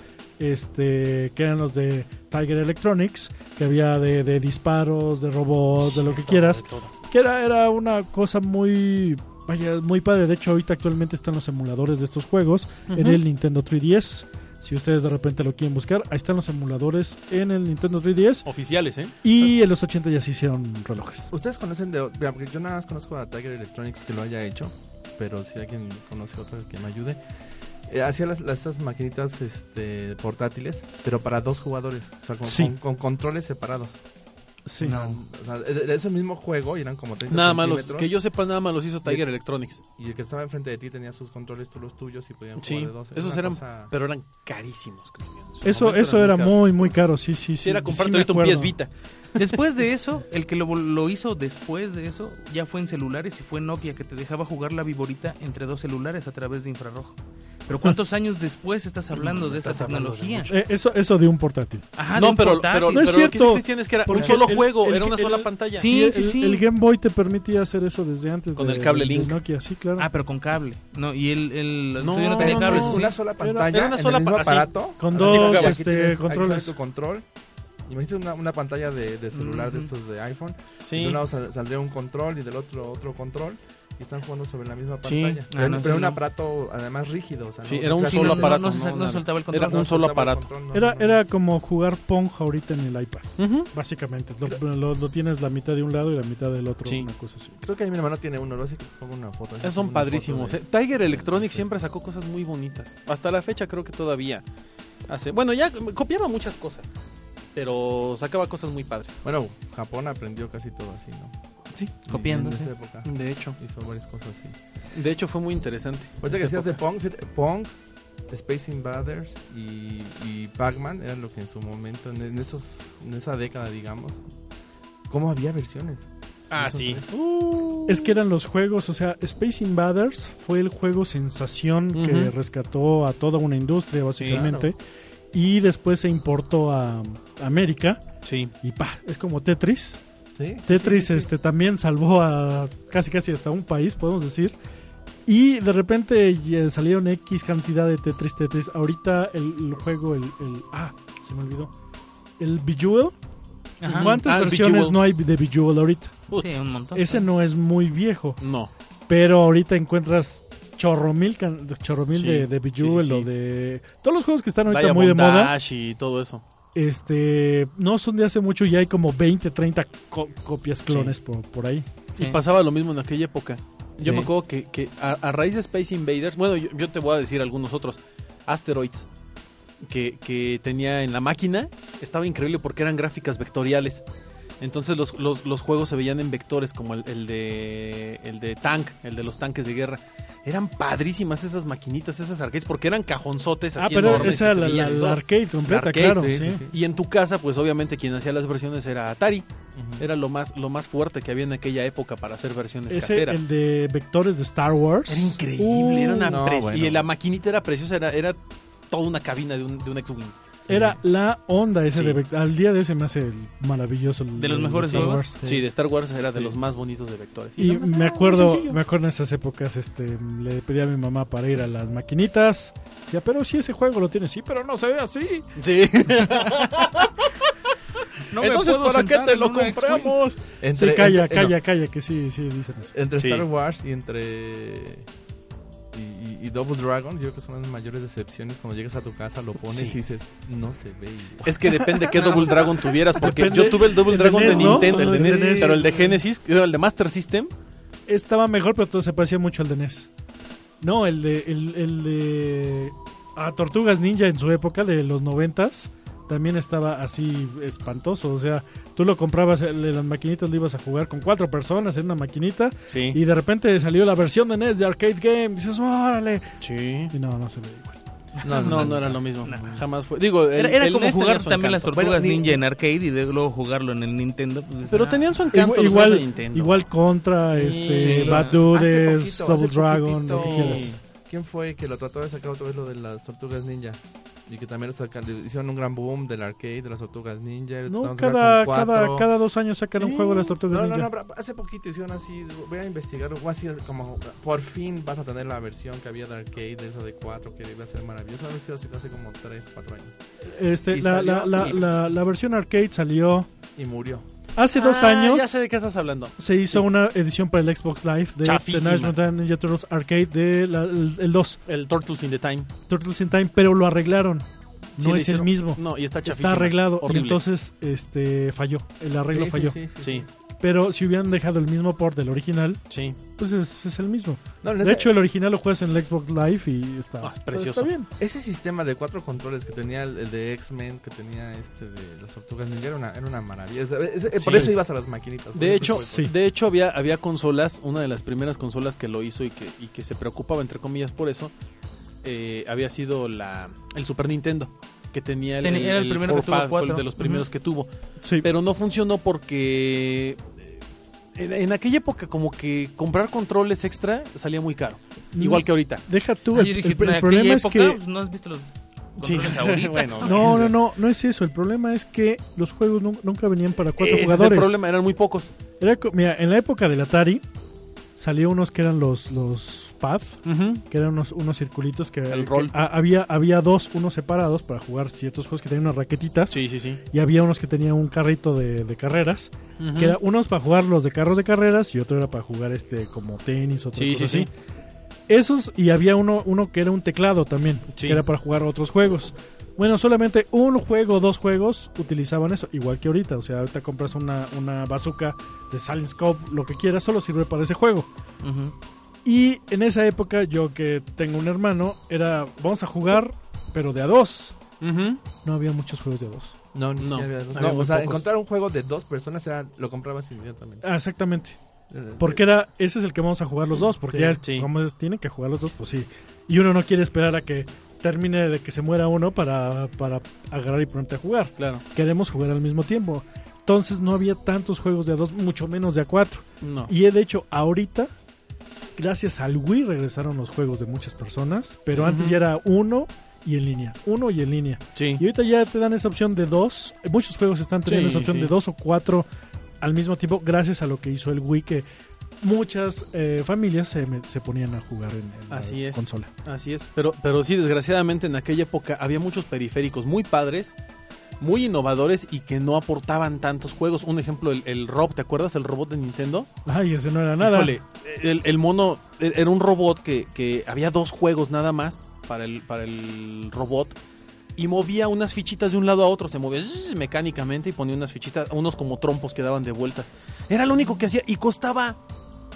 este, que eran los de Tiger Electronics, que había de, de disparos, de robots, de lo que quieras,
De todo.
que era, era una cosa muy, vaya, muy padre. De hecho, ahorita actualmente están los emuladores de estos juegos en
Ujú.
el Nintendo 3DS. Si ustedes de repente lo quieren buscar, ahí están los emuladores en el Nintendo 3DS.
Oficiales, ¿eh?
Y en los 80 ya se hicieron relojes.
Ustedes conocen de. mira, porque yo nada más conozco a Tiger Electronics que lo haya hecho. Pero si alguien conoce otra que me ayude. Eh, hacía las, las- estas maquinitas este, portátiles, pero para dos jugadores. O sea, con,
Sí.
con- con controles separados.
Sí.
Una- o sea, era- era ese mismo juego y eran como 30
Nada más los,
centímetros,
que yo sepa, nada más los hizo Tiger Electronics.
Y el que estaba enfrente de ti tenía sus controles, tú los tuyos y podían jugar
Sí,
de dos. Era
esos
una
eran-
cosa-
Pero eran carísimos, Cristian. En su
Eso,
momento
eso era
caros.
muy, muy caro, sí, sí, sí.
Si era comprarte
Sí me
ahorita un
acuerdo.
pies Vita.
Después de eso, el que lo, vol- lo hizo después de eso, ya fue en celulares y fue Nokia que te dejaba jugar la viborita entre dos celulares a través de infrarrojo. Pero ¿cuántos años después estás hablando de esa
Estás hablando de
tecnología?
Eh, eso, eso de un portátil.
Ajá, de
no,
un
pero,
portátil.
pero,
No es
pero lo que dice
cierto,
Cristian es que era un
porque
solo
el-
juego,
el
era
que-
una sola
el-
pantalla.
Sí,
el,
sí, sí.
el Game Boy te permitía hacer eso desde antes.
Con
de-
el cable
de
Link.
Nokia, sí, claro.
Ah, pero con cable. No, y el, el, el
No,
tuyo
Pero
tenía
no,
cable,
es
no,
¿sí?
una sola pantalla,
era una
una
sola
sola en el mismo
pa- así.
aparato.
Con
Así
dos
jugaba.
Aquí
este,
tienes- aquí
controles.
sale tu control. Imagínate una, una pantalla de, de celular de
Ujú.
estos de iPhone.
Sí.
Y De un lado sal- saldría un control y del otro otro control. Y están jugando sobre la misma
Sí.
pantalla.
Ah,
Pero,
no,
pero
sí,
un
no.
aparato además rígido. o sea,
Sí,
no-
era un
no
Sí,
solo
no,
soltaba-
no,
aparato,
No, se sa-
no,
no
nada.
soltaba el control.
Era un
no
solo
soltaba el
aparato.
control, no,
Era,
no, no.
era como jugar Pong ahorita en el iPad,
Ujú.
básicamente. Lo, lo- lo tienes la mitad de un lado y la mitad del otro.
Sí.
Una cosa así.
Creo que ahí mi hermano tiene uno. Lo hace que pongo una foto.
Esos son padrísimos. eh. Tiger Electronics siempre sacó cosas muy bonitas. Hasta la fecha creo que todavía hace. Bueno, ya copiaba muchas cosas. Pero sacaba cosas muy padres.
Bueno, Japón aprendió casi todo así, ¿no?
Sí.
Y
Copiando,
En esa
sí.
época
De hecho.
hizo varias cosas así.
De hecho fue muy interesante.
Ahorita que
Esa
decías de
época.
Pong, fíjate, Pong, Space Invaders y, y Pac-Man eran lo que en su momento, en, en esos, en esa década, digamos, ¿cómo había versiones?
Ah,
Esos
sí.
tres.
Uh.
Es que eran los juegos, o sea, Space Invaders fue el juego sensación que
Ujú.
rescató a toda una industria, básicamente. Y después se importó a a América
Sí.
y pa, es como Tetris.
Sí, sí,
Tetris
sí, sí.
este también salvó a casi casi hasta un país, podemos decir. Y de repente y- salieron X cantidad de Tetris Tetris. Ahorita el, el juego, el, el- Ah, se me olvidó. El Bejeweled.
Ajá.
¿Cuántas
Ah, el
versiones
Bejeweled.
no hay de Bejeweled ahorita?
Put.
Sí, un montón.
Ese no es muy viejo,
No.
pero ahorita encuentras chorro mil, can- chorro mil
Sí,
de, de Bejeweled
sí, sí,
o
sí.
de... Todos los juegos que están ahorita
Diamond
muy de moda,
Dash y todo eso.
este no son de hace mucho y hay como 20, 30 co- copias clones por, por ahí.
Sí.
Y pasaba lo mismo en aquella época.
Sí.
Yo me acuerdo que, que a, a raíz de Space Invaders, bueno, yo, yo te voy a decir algunos otros. Asteroids, que, que tenía en la máquina, estaba increíble porque eran gráficas vectoriales. Entonces los, los- los juegos se veían en vectores, como el, el de, el de Tank, el de los tanques de guerra. Eran padrísimas esas maquinitas, esas arcades, porque eran cajonzotes
Ah,
así
pero
enormes
esa
que se
la, la,
veían y todo.
la arcade completa,
La arcade,
claro.
sí,
sí.
sí, sí.
Y en tu casa, pues obviamente quien hacía las versiones era Atari.
Ujú.
Era lo más, lo más fuerte que había en aquella época para hacer versiones
Ese,
caseras.
el de vectores de Star Wars.
Era increíble,
Uh,
era una
no,
pres-
bueno.
Y la maquinita era preciosa, era, era toda una cabina de un, de un X-Wing.
Era la onda ese
Sí.
de vect- Al día de hoy se me hace el maravilloso. el
De los mejores
Star
juegos.
Wars, sí.
Sí, de Star Wars era de
Sí.
los más bonitos de vectores.
Y
nada más
me
era muy
acuerdo,
sencillo.
me acuerdo en esas épocas, este, le pedí a mi mamá para ir a las maquinitas. Decía, pero si ese juego lo tiene, sí, pero no se ve así.
Sí.
No me
Entonces,
puedo
¿para qué
sentar
te
en
lo
una X-Wing.
compramos?
Entre-
sí, calla,
entre- eh, no,
calla, calla, que sí, sí, dicen eso.
entre
Sí.
Star Wars y entre y, y- y Double Dragon, yo creo que son las mayores decepciones cuando llegas a tu casa, lo pones
Sí.
y dices, no se ve igual.
Es que depende qué Double Dragon tuvieras, porque
Depende-
yo tuve el Double
el de
Dragon de,
NES, ¿no?
Nintendo, el de
El E de
NES,
NES.
pero el de Genesis, el de Master System,
Estaba mejor, pero todo se parecía mucho al de NES. No, el de, el, el de a Tortugas Ninja en su época de los noventas también estaba así espantoso. O sea, tú lo comprabas, el de las maquinitas lo ibas a jugar con cuatro personas en una maquinita
sí.
y de repente salió la versión de NES de Arcade Game. Dices, órale.
sí.
Y no, no se ve igual.
No, no, no era lo mismo.
No.
Jamás fue. Digo, el-
Era, era
el
como
NES tenía
jugar
su
también las
encanto.
tortugas
Bueno, ni-
ninja en arcade y de- luego jugarlo en el Nintendo. pues, dices,
Pero
ah,
tenían su encanto los juegos de
igual,
Nintendo.
igual contra
Sí,
este,
sí.
Bad
Hace
Dudes,
poquito,
Double
hace
Dragon,
poquitito.
lo que
Sí.
quieras.
¿Quién fue que lo trató de sacar otra vez lo de las tortugas ninja? Y que también lo sacaron, le hicieron un gran boom del arcade, de las tortugas ninja. lo
No,
trataron de sacar
cada,
con
cada,
cuatro.
cada dos años sacan un
Sí.
juego de las tortugas
no,
ninja.
No, no, pero hace poquito hicieron así, voy a investigar, o así como, por fin vas a tener la versión que había de arcade, de esa de 4, que iba a ser maravillosa, haber sido hace hace como 3, 4 años.
Este,
Y
la, la,
salió
la,
y-
la, la versión arcade salió
Y murió.
hace dos
Ah,
años.
Ya sé de qué estás hablando.
Se hizo una edición para el Xbox Live de
Chafísima.
The Ninja Mutant Ninja Turtles Arcade de la- el, el 2,
El Turtles in the Time.
Turtles in Time, pero lo arreglaron.
Sí,
no
le
es el
hicieron-
mismo.
No, y está chafísimo.
Está arreglado. Y
Horrible.
entonces este falló. El arreglo
Sí, sí,
falló.
Sí, sí,
Sí,
Pero si hubieran dejado el mismo port del original,
sí.
pues es, es el mismo.
No, en
De
ese,
hecho, el original lo juegas en el Xbox Live y está,
Ah, es precioso.
está bien.
ese sistema de cuatro controles que tenía el, el de X-Men, que tenía este de las tortugas ninja, era una, era una maravilla. Es- es- es- eh, Por
Sí.
eso ibas a las maquinitas. por
De
eso
hecho,
fue-
Sí.
de hecho había, había consolas, una de las primeras consolas que lo hizo y que, y que se preocupaba, entre comillas, por eso, eh, había sido la, el Super Nintendo, que tenía el,
Tenía- era el primero que tuvo
4-pack, fue el
cuatro.
de los primeros que tuvo.
Sí.
Pero no funcionó porque eh, en, en aquella época como que comprar controles extra salía muy caro,
Mm.
igual que ahorita.
Deja tú.
ah,
el-
yo dije,
el- el
en
problema
aquella
es
época
que
pues, no has visto los
Sí.
controles
pues,
ahorita.
Bueno,
No, no, no, no es eso. El problema es que los juegos nu- nunca venían para cuatro
Ese es el
jugadores.
problema, eran muy pocos.
Era co- mira, en la época del Atari salió unos que eran los, los Path,
Ujú.
que eran unos, unos circulitos que,
El
que
roll.
a- había, había dos, unos separados para jugar ciertos juegos que tenían unas raquetitas
Sí, sí, sí.
y había unos que tenían un carrito de, de carreras,
Ujú.
que era unos para jugar los de carros de carreras y otro era para jugar este como tenis, otra
Sí,
cosa
sí,
así. Esos y había uno, uno que era un teclado también,
Sí.
que era para jugar otros juegos. Bueno, solamente un juego o dos juegos utilizaban eso, igual que ahorita. O sea, ahorita compras una, una bazooka de Silent Scope, lo que quieras, solo sirve para ese juego.
Ujú.
Y en esa época, yo que tengo un hermano, era vamos a jugar, pero de a dos.
Ujú.
No había muchos juegos de a dos.
No, ni
No,
siquiera había dos.
había
No,
muy
o sea,
pocos.
encontrar un juego de dos personas era, lo comprabas inmediatamente.
Ah, exactamente. Porque era, ese es el que vamos a jugar los dos, porque
Sí,
ya es-
Eh, sí.
como es- tienen que jugar los dos, pues sí. Y uno no quiere esperar a que termine de que se muera uno para, para agarrar y ponerte a jugar.
Claro.
Queremos jugar al mismo tiempo. Entonces no había tantos juegos de a dos, mucho menos de a cuatro.
No.
Y eh, de hecho, ahorita, gracias al Wii regresaron los juegos de muchas personas, pero antes
Ujú.
ya era uno y en línea, uno y en línea.
Sí.
Y ahorita ya te dan esa opción de dos, eh, muchos juegos están teniendo
Sí,
esa opción
sí.
de dos o cuatro al mismo tiempo, gracias a lo que hizo el Wii, que muchas eh, familias se, me- se ponían a jugar en, en
Así
la
es.
consola.
Así es, pero, pero sí, desgraciadamente en aquella época había muchos periféricos muy padres, muy innovadores y que no aportaban tantos juegos. Un ejemplo, el, el Rob, ¿te acuerdas? El robot de Nintendo.
Ay, ese no era nada.
Híjole, el, el mono er- era un robot que, que había dos juegos nada más para el, para el robot y movía unas fichitas de un lado a otro, se movía zzz, mecánicamente y ponía unas fichitas, unos como trompos que daban de vueltas. Era lo único que hacía y costaba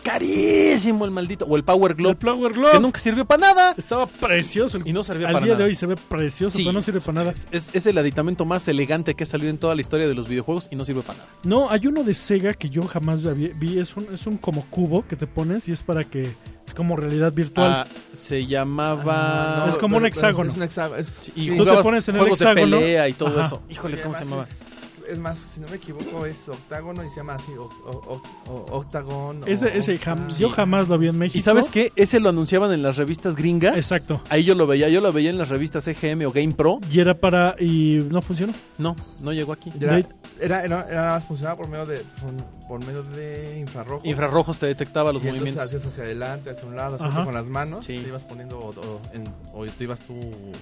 carísimo el maldito, o el Power
El
Glove,
Power
que
Glove
nunca sirvió para nada.
estaba precioso. el-
Y no servía
al
para
día
nada.
de hoy se ve precioso,
Sí.
pero no sirve para nada.
Es, es el aditamento más elegante que ha salido en toda la historia de los videojuegos y no sirve para nada.
No, hay uno de Sega que yo jamás vi. vi, Es un, es un como cubo que te pones y es para que. Es como realidad virtual.
Ah, se llamaba...
Ah, no, Es como un hexágono.
Es un hexágono. es-
y
tú te
jugabas
pones en el
juegos
hexágono.
de pelea y todo
Ajá.
eso. Híjole, ¿cómo se llamaba?
Además Es, es más, si no me equivoco, es octágono y se llama así, o, o- o- o- octagón.
ese,
o-
ese jam-
ah,
yo jamás lo vi en México.
¿Y sabes qué? Ese lo anunciaban en las revistas gringas.
Exacto.
Ahí yo lo veía, yo lo veía en las revistas EGM o Game Pro.
Y era para. Y no funcionó.
No, no llegó aquí.
Era,
de-
era, era- era- funcionaba por medio de, por, por medio de infrarrojos.
Infrarrojos te detectaba los
Y entonces
movimientos.
hacías hacia adelante, hacia un lado, hacia
Ajá.
otro con las manos.
Sí.
Te ibas poniendo o, o en- o te ibas tú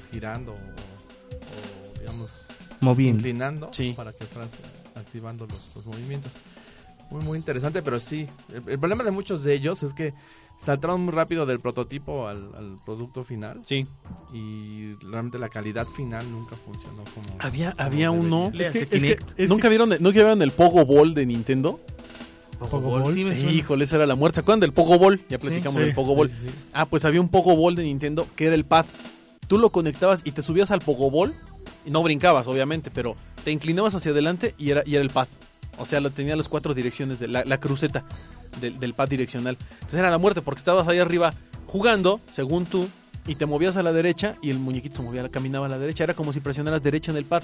girando o, o, digamos
Moviendo.
inclinando
Sí.
para que fueras activando los, los movimientos. Muy, muy interesante, pero sí. El, el problema de muchos de ellos es que saltaron muy rápido del prototipo al, al producto final
Sí.
y realmente la calidad final nunca funcionó como...
Había, había uno.
Le hace
Es que- es que-
Kinect.
es
¿Nunca
que-
vieron, el- ¿Nunca vieron el Pogo Ball de Nintendo?
Pogobol.
Sí, me suena.
Híjole, esa era la muerte. ¿Se acuerdan del Pogo Ball? Ya platicamos
Sí.
del Pogo Ball.
Sí, sí, sí.
Ah, pues había un Pogo Ball de Nintendo que era el pad. Tú lo conectabas y te subías al Pogo Ball. Y no brincabas, obviamente, pero te inclinabas hacia adelante y era, y era el pad. O sea, lo tenía las cuatro direcciones, de la, la cruceta del, del pad direccional. Entonces era la muerte porque estabas ahí arriba jugando, según tú, y te movías a la derecha y el muñequito se movía, caminaba a la derecha. Era como si presionaras derecha en el pad.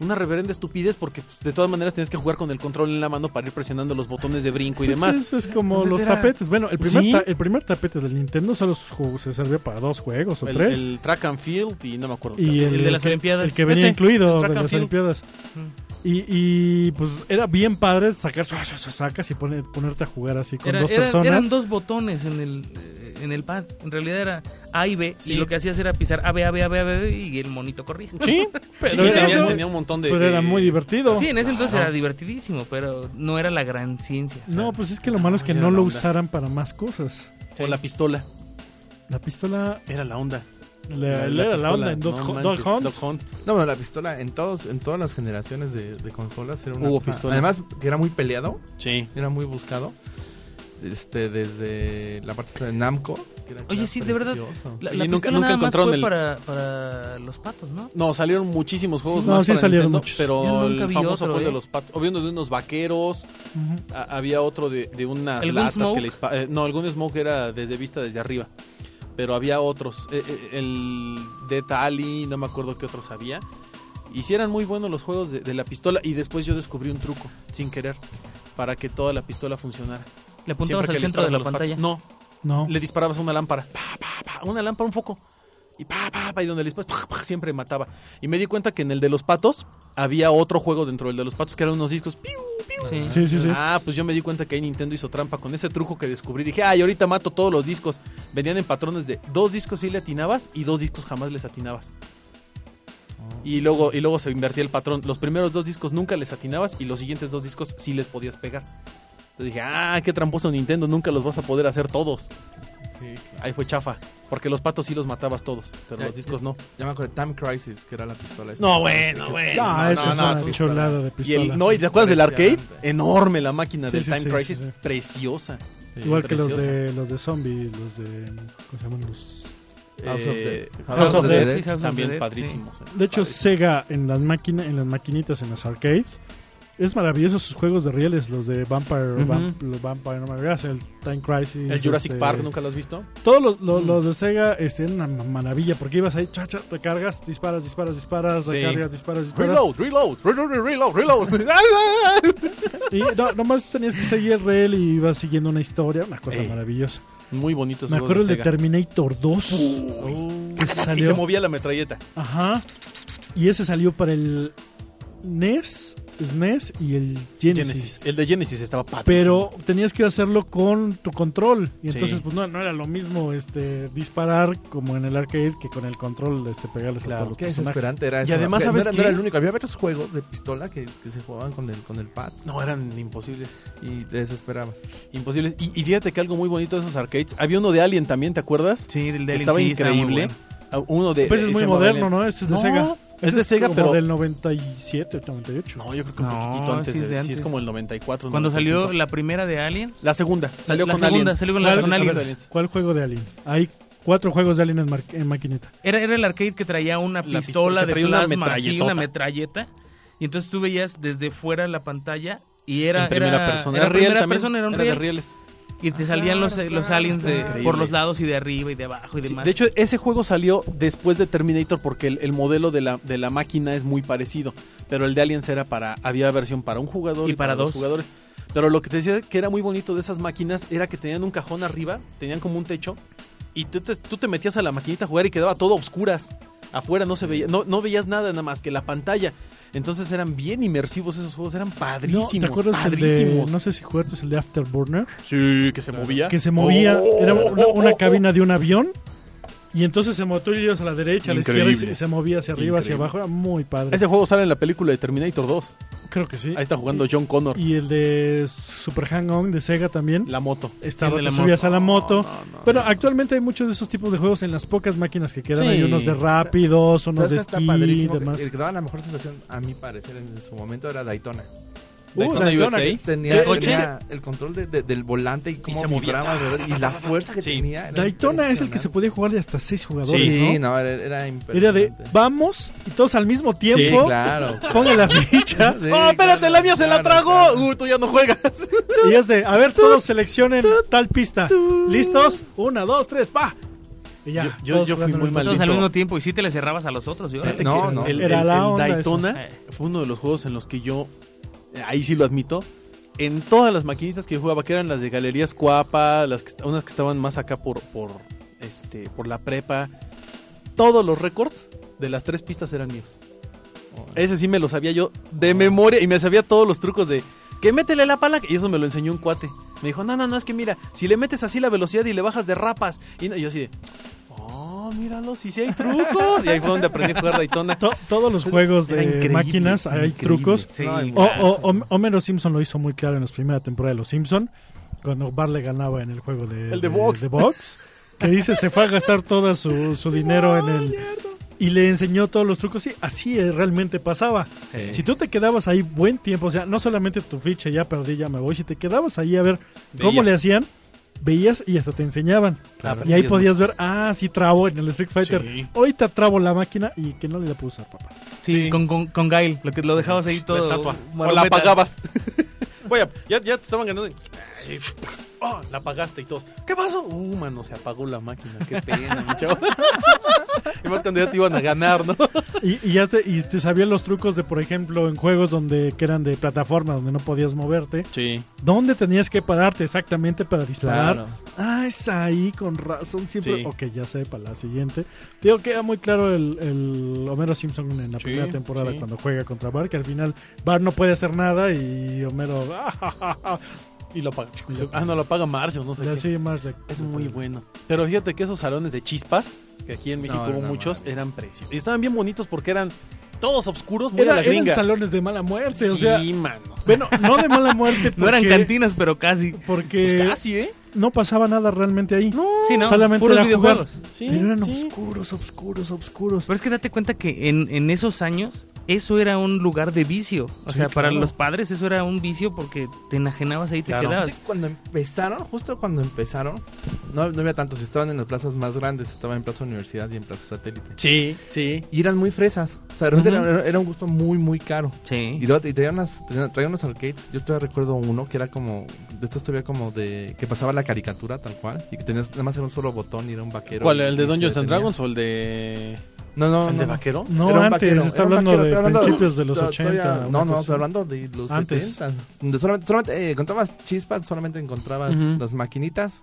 Una reverenda estupidez porque pues, de todas maneras tenías que jugar con el control en la mano para ir presionando los botones de brinco y
Pues
demás.
es, es como
Entonces
los
era-
tapetes. Bueno, el primer,
Sí.
ta- el primer tapete del Nintendo solo se jugó- se servía para dos juegos o
El,
tres.
el track and field y no me acuerdo. qué
y
otro.
el,
el de las
que-
Olimpiadas.
El que venía
Ese, el Mm.
incluido
track
de
and
las
field.
Olimpiadas. Y, y, pues era bien padre sacar, su- su- su- sacas y pone- ponerte a jugar así con
Era-
dos
era-
personas.
Eran dos botones en el, eh, en el pad. En realidad era A y B.
Sí.
Y lo que hacías era pisar A, B, A, B, A, B, A, B y el monito corría.
Sí, pero
era
tenía,
eso-
tenía un montón de.
pero era
de-
muy divertido.
Sí, en ese entonces era divertidísimo, pero no era la gran ciencia.
No, pues es que lo malo es que
Era
no
la
lo
onda.
usaran para más cosas.
O la pistola.
La pistola
Era la onda.
la, la- era la
pistola,
onda en
no
Dog, Hunt-
manches,
Dog Hunt.
Dog Hunt.
No, bueno, la pistola en todos en todas las generaciones de, de consolas era una
Hubo
cosa-
pistola.
Además, que era muy peleado,
Sí.
era muy buscado. Este, desde la parte esta de Namco. que era-
Oye,
era
sí, de verdad,
precioso.
La,
Oye,
la
nunca-
pistola
nunca
nada más
encontraron
fue
el-
para, para los patos, ¿no?
No, salieron muchísimos juegos
Sí, no,
más
sí
para
salieron
Nintendo,
muchos.
pero
Yo nunca
el
vi
famoso
otro,
fue el de
¿eh?
los patos. Había uno de unos vaqueros,
Ujú.
a- había otro de, de unas
¿El
latas
Gunsmoke?
que le dispa- eh, No, algún smoke era desde vista desde arriba. Pero había otros. eh, eh, el de Tali, no me acuerdo qué otros había. Y sí eran muy buenos los juegos de, de la pistola. Y después yo descubrí un truco, sin querer, para que toda la pistola funcionara.
Le
Siempre
apuntabas
que
al
le
centro de la
disparas a los
pantalla.
patos. No,
No.
le disparabas a una lámpara. Pa, pa, pa, una lámpara, un foco. Y pa, pa, pa, y donde le disparas, pa, pa, siempre mataba. Y me di cuenta que en el de los patos había otro juego dentro del de los patos que eran unos discos. ¡Piu!
Sí.
Sí, sí, sí.
Ah, pues yo me di cuenta que ahí Nintendo hizo trampa con ese truco que descubrí. Dije, ay, ahorita mato todos los discos. Venían en patrones de dos discos sí le atinabas y dos discos jamás les atinabas. Y luego, y luego se invertía el patrón. Los primeros dos discos nunca les atinabas y los siguientes dos discos sí les podías pegar. Entonces dije, ah, qué tramposo Nintendo, nunca los vas a poder hacer todos.
Sí, claro.
Ahí fue chafa. Porque los patos sí los matabas todos, pero
Ya,
los discos no.
Ya me acuerdo, Time Crisis, que era la pistola. esta.
No, bueno, bueno.
Ah,
no,
esa
no,
es
no,
una
sí,
chulada de
Y
pistola.
el, no, ¿y te acuerdas del arcade?
Impresionante.
Enorme la máquina
Sí,
del
sí,
Time
sí,
Crisis,
sí, sí.
preciosa.
Sí,
Igual que los
preciosa.
de, los de zombie, los de... ¿Cómo se llaman los...?
House of the-
Eh,
House
of the
Dead, sí, House of
también
the Dead,
padrísimos. eh,
De hecho,
padrísimos.
Sega en las, máquina, en las maquinitas, en las arcades, es maravilloso sus juegos de rieles, los de Vampire,
Ujú.
Vamp- los Vampire, no me digas, el Time Crisis.
el Jurassic
este,
Park, ¿nunca lo has visto?
Todos los, los-
Mm.
los de Sega este, eran una ma- maravilla, porque ibas ahí, chacha, recargas, disparas, disparas, disparas,
Sí.
recargas, disparas, disparas.
Reload, reload, reload, reload, reload.
Y no, nomás tenías que seguir el reel y ibas siguiendo una historia, una cosa
Ey.
maravillosa.
Muy bonitos
Me
juegos
acuerdo el de
Sega.
Terminator 2, que
Y se
salió...
movía la metralleta.
E Ajá. Y ese salió para el NES SNES y el Genesis.
Genesis. El de Genesis estaba padre.
Pero tenías que hacerlo con tu control. Y
Sí.
entonces, pues no, no era lo mismo este disparar como en el arcade que con el control este, pegarles a
Claro,
todos los
qué
personajes.
desesperante era
Y
eso.
además,
No
¿sabes
era, no
qué?
era el único. Había varios juegos de pistola que, que se jugaban con el, con el pad
No, eran imposibles.
y te desesperaba.
Imposibles. Y, y fíjate que algo muy bonito de esos arcades. Había uno de Alien también, ¿te acuerdas?
Sí, del
Que
del
estaba
sí, estaba muy
increíble.
bueno.
Ah, Uno de.
Pues es
ese
muy
modelo
moderno,
Alien.
¿no? Este es de
No,
Sega.
es de Sega,
como
pero-
del 97, 98.
No, yo creo que un
No,
poquitito antes.
sí es
de-
de
Sí, es
antes.
como el 94.
Cuando salió
95.
la primera de Alien,
La segunda. Salió
la
con
segunda,
Aliens.
salió con la-
Claro,
con
salió
Aliens.
¿Cuál juego de Alien? Hay cuatro juegos de Alien en, mar- en maquineta.
era, era el arcade que traía una
La pistola,
pistola
que
de
traía una
plasma, así,
metralletota.
una metralleta. Y entonces tú veías desde fuera la pantalla y era
En primera
era-
persona.
era
Era real
primera
también,
persona, era un
de
reel.
rieles.
Y te salían los,
claro,
los
claro,
aliens de-
claro.
por los
Increíble.
lados y de arriba y de abajo y
Sí,
demás.
de hecho, ese juego salió después de Terminator porque el, el modelo de la, de la máquina es muy parecido. Pero el de Aliens era para. Había versión para un jugador
Y para dos.
jugadores. Pero lo que te decía que era muy bonito de esas máquinas era que tenían un cajón arriba, tenían como un techo. Y tú te, tú te metías a la maquinita a jugar y quedaba todo a oscuras. Afuera no se veía, no, no veías nada nada más que la pantalla. Entonces eran bien inmersivos esos juegos, eran
No,
padrísimos.
¿Te acuerdas el de,
padrísimos.
no sé si jugaste el de Afterburner?
Sí, que se movía.
Que se movía,
Oh,
era una,
oh,
una
oh, oh.
cabina de un avión. Y entonces se movió ellos a la derecha, a la izquierda, y se,
Increíble.
se movía hacia arriba, hacia abajo.
Increíble.
Era muy padre.
Oh, Ese juego sale en la película de Terminator 2.
Creo que sí.
Ahí está jugando John Connor.
Y el de Super Hang On de Sega también.
La moto.
Estaba,
el de
te
la
subías a la moto.
No, no, no.
Bueno, actualmente hay muchos de esos tipos de juegos en las pocas máquinas que quedan.
Sí.
Hay unos de rápidos, unos
¿Sabes
de
qué está
esquí y
padrísimo? Que-
demás.
El que daba la mejor sensación, a mi parecer, en su momento era Daytona.
Daytona USA.
que-
Tenía,
¿El coche?
tenía el control de- de- del volante y cómo
se movía.
vibraba alrededor, y la fuerza que
Sí.
tenía. era
Daytona es el que se
impresionante.
podía jugar de hasta seis jugadores,
Sí,
¿no?
no, era, era impresionante.
Era de vamos y todos al mismo
Sí,
tiempo. Ah,
claro.
Ponle la ficha
Sí,
¡Oh, espérate!
claro,
¡La mía se la
claro,
tragó!
claro.
¡Uh, tú ya no juegas!
y es de, a ver, todos seleccionen tal pista. ¿Listos? Una, dos, tres, pa. Y ya.
Yo- yo-
todos
yo fui
jugando
muy
en
mal.
Todos al
maldito.
mismo tiempo y sí te le cerrabas a los otros. ¿sí?
Fíjate
No,
que
no.
El,
Era
el-
la
el
onda
Daytona
esa.
fue uno de los juegos en los que yo, eh, ahí sí lo admito, en todas las maquinitas que yo jugaba, que eran las de Galerías Cuapa, las que, est- unas que estaban más acá por, por, este, por la prepa, todos los récords de las tres pistas eran míos. Ese sí me lo sabía yo de memoria y me sabía todos los trucos de que métele la palanca. Y eso me lo enseñó un cuate. Me dijo, no, no, no, es que mira, si le metes así la velocidad y le bajas de rapas. Y no- y yo así de, oh, míralo, si sí hay trucos. Y ahí fue donde aprendí a jugar Daytona.
To- todos los juegos
Era
de
increíble,
máquinas hay
increíble.
trucos.
Sí, Ah,
No,
O,
igual.
o- o- Homero Simpson lo hizo muy claro en la primera temporada de Los Simpson cuando Bart le ganaba en el juego de,
El de box.
box, que dice se fue a gastar todo su, su dinero en el... Y le enseñó todos los trucos y así eh, realmente pasaba.
Sí.
Si tú te quedabas ahí buen tiempo, o sea, no solamente tu ficha ya perdí, ya me voy, si te quedabas ahí a ver cómo
Veías.
le hacían, veías y hasta te enseñaban.
Claro.
Y ahí podías ver, ah, sí trabo en el Street Fighter.
Sí.
Ahorita trabo la máquina y que no le la puedo usar, papás.
Sí, Con, con, con Gail, lo que lo dejabas ahí todo.
la estatua. O la
marometa.
apagabas. Oye, ya, ya te estaban ganando. y- Oh, la apagaste y todos. ¿Qué pasó? Uh, mano, se apagó la máquina. Qué pena, mi chavo. y más cuando ya te iban a ganar, ¿no?
Y, y ya te, y te sabían los trucos de, por ejemplo, en juegos donde que eran de plataforma, donde no podías moverte.
Sí.
¿Dónde tenías que pararte exactamente para disparar?
Claro.
Ah, es ahí, con razón. Siempre.
Sí.
Ok, ya sé, para la siguiente. Te Digo, queda muy claro el, el Homero Simpson en la
Sí,
primera temporada
sí.
cuando juega contra Bart, que al final Bart no puede hacer nada y Homero. ah, ja, ja, ja.
Y lo apaga. Ah, no, lo apaga Marcio, no sé.
Y
qué.
así más le-
Es muy bueno. Pero fíjate que esos salones de chispas, que aquí en México
No,
hubo
no,
muchos,
mames.
eran precios. Y estaban bien bonitos porque eran todos oscuros, muy a
Era,
la
eran
gringa.
salones de mala muerte,
sí,
o sea.
mano.
Bueno, no de mala muerte.
No eran
porque-
cantinas, pero casi.
Porque
Pues casi, ¿eh?
no pasaba nada realmente ahí. No,
Sí, ¿no?
solamente
Puros
era jugar.
videojuegos.
Sí,
Pero eran
sí.
oscuros, oscuros, oscuros.
Pero es que date cuenta que en, en esos años eso era un lugar de vicio. O
Sí,
sea, para
claro.
los padres eso era un vicio porque te enajenabas ahí y
Claro.
te
Aparte,
quedabas.
Cuando empezaron, justo cuando empezaron, no, no había tantos, estaban en las plazas más grandes, estaban en Plaza Universidad y en Plaza Satélite.
Sí, sí.
Y eran muy fresas. O sea, realmente
Ujú.
era, era un gusto muy, muy caro.
Sí.
Y, luego- y traían, unas, traían, traían unos arcades. Yo todavía recuerdo uno que era como. De estos todavía como de. Que pasaba la caricatura tal cual. Y que tenías. Nada más era un solo botón y era un vaquero.
¿Cuál?
y-
¿El de
y se
Dungeons and
detenía.
Dragons o el de.
No, no.
¿El
no,
de
no.
vaquero?
No,
Era un
antes,
vaquero,
está
era un
hablando
vaquero,
de
estoy hablando
principios de los
to-
80.
todavía-
una
No, no,
cosa
estoy hablando de los
Antes.
70. Donde solamente, solamente eh, encontrabas chispas, solamente encontrabas
Ujú.
las maquinitas.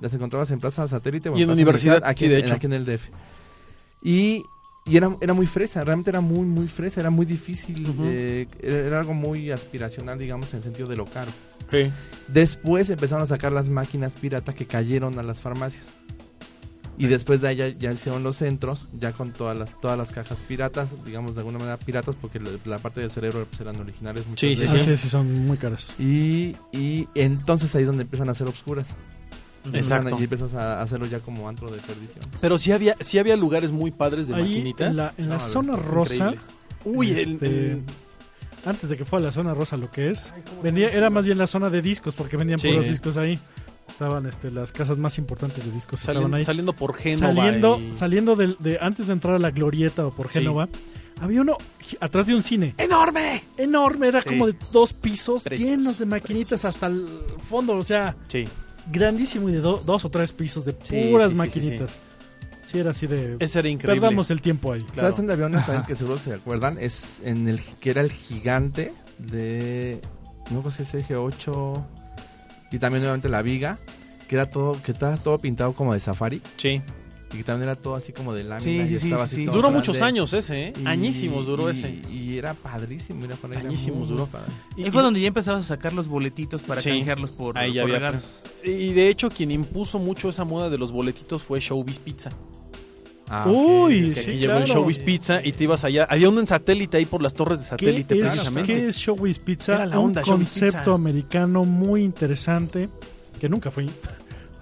Las encontrabas en Plaza Satélite. o
Y en
Plaza
Universidad,
aquí,
sí, de
en-
hecho.
aquí en el DF. Y Y era, era muy fresa, realmente era muy, muy fresa, era muy difícil,
Ujú.
eh, era, era algo muy aspiracional, digamos, en el sentido de lo caro.
Sí.
Después empezaron a sacar las máquinas pirata que cayeron a las farmacias. Y después de ahí ya, ya hicieron los centros, ya con todas las, todas las cajas piratas, digamos de alguna manera piratas, porque la, la parte del cerebro pues, eran originales. muchas
Sí,
de
sí,
Ah,
ellas.
sí, sí, son muy caras.
Y, y entonces ahí es donde empiezan a ser obscuras.
Exacto.
Y empiezas a hacerlo ya como antro de perdición.
Pero sí había, sí había lugares muy padres de
Ahí,
maquinitas.
en la, en la
No,
zona
increíbles.
rosa,
Uy, el-
Este,
el-
antes de que fuera la zona rosa lo que es, venía, era más bien la zona de discos, porque vendían
Sí.
puros discos ahí. Estaban este, las casas más importantes de discos, estaban
saliendo,
ahí.
saliendo por Génova.
Saliendo,
y-
saliendo del- de, antes de entrar a la glorieta o por
Sí.
Génova, había uno gi- atrás de un cine
¡Enorme!
enorme, era
Sí.
como de dos pisos
Precioso,
llenos de maquinitas hasta el fondo, o sea,
Sí.
grandísimo y de do- dos o tres pisos de
Sí,
puras
sí, sí,
maquinitas. Sí, era así de...
Ese era increíble.
Perdamos el tiempo ahí.
Claro.
¿Sabes dónde había una también que seguro se acuerdan? Es en el que era el gigante de. No sé si es G8. Y también nuevamente la viga. Que era todo, que estaba todo pintado como de safari.
Sí.
Y que también era todo así como de lámina.
Sí,
y
sí, sí,
estaba
sí,
así
sí.
todo
Duró
grande.
muchos años ese, ¿eh?
Y-
Añísimos duró
y-
ese.
Y era padrísimo, era padre, era
Añísimos
muy,
duró.
muy padre.
Y,
Ahí fue donde ya empezabas a sacar los boletitos para
Sí.
canjearlos por,
Ahí ya
por
había-
regalos.
y de hecho, quien impuso mucho esa moda de los boletitos fue Showbiz Pizza.
Ah,
Uy,
que
sí,
aquí llegó
claro.
el Showbiz Pizza y te ibas allá. Había uno en satélite ahí por las torres de
¿Qué
satélite,
es,
precisamente.
¿Qué es Showbiz Pizza?
Era la onda,
un
Showbiz
concepto
Pizza.
americano muy interesante que nunca fui,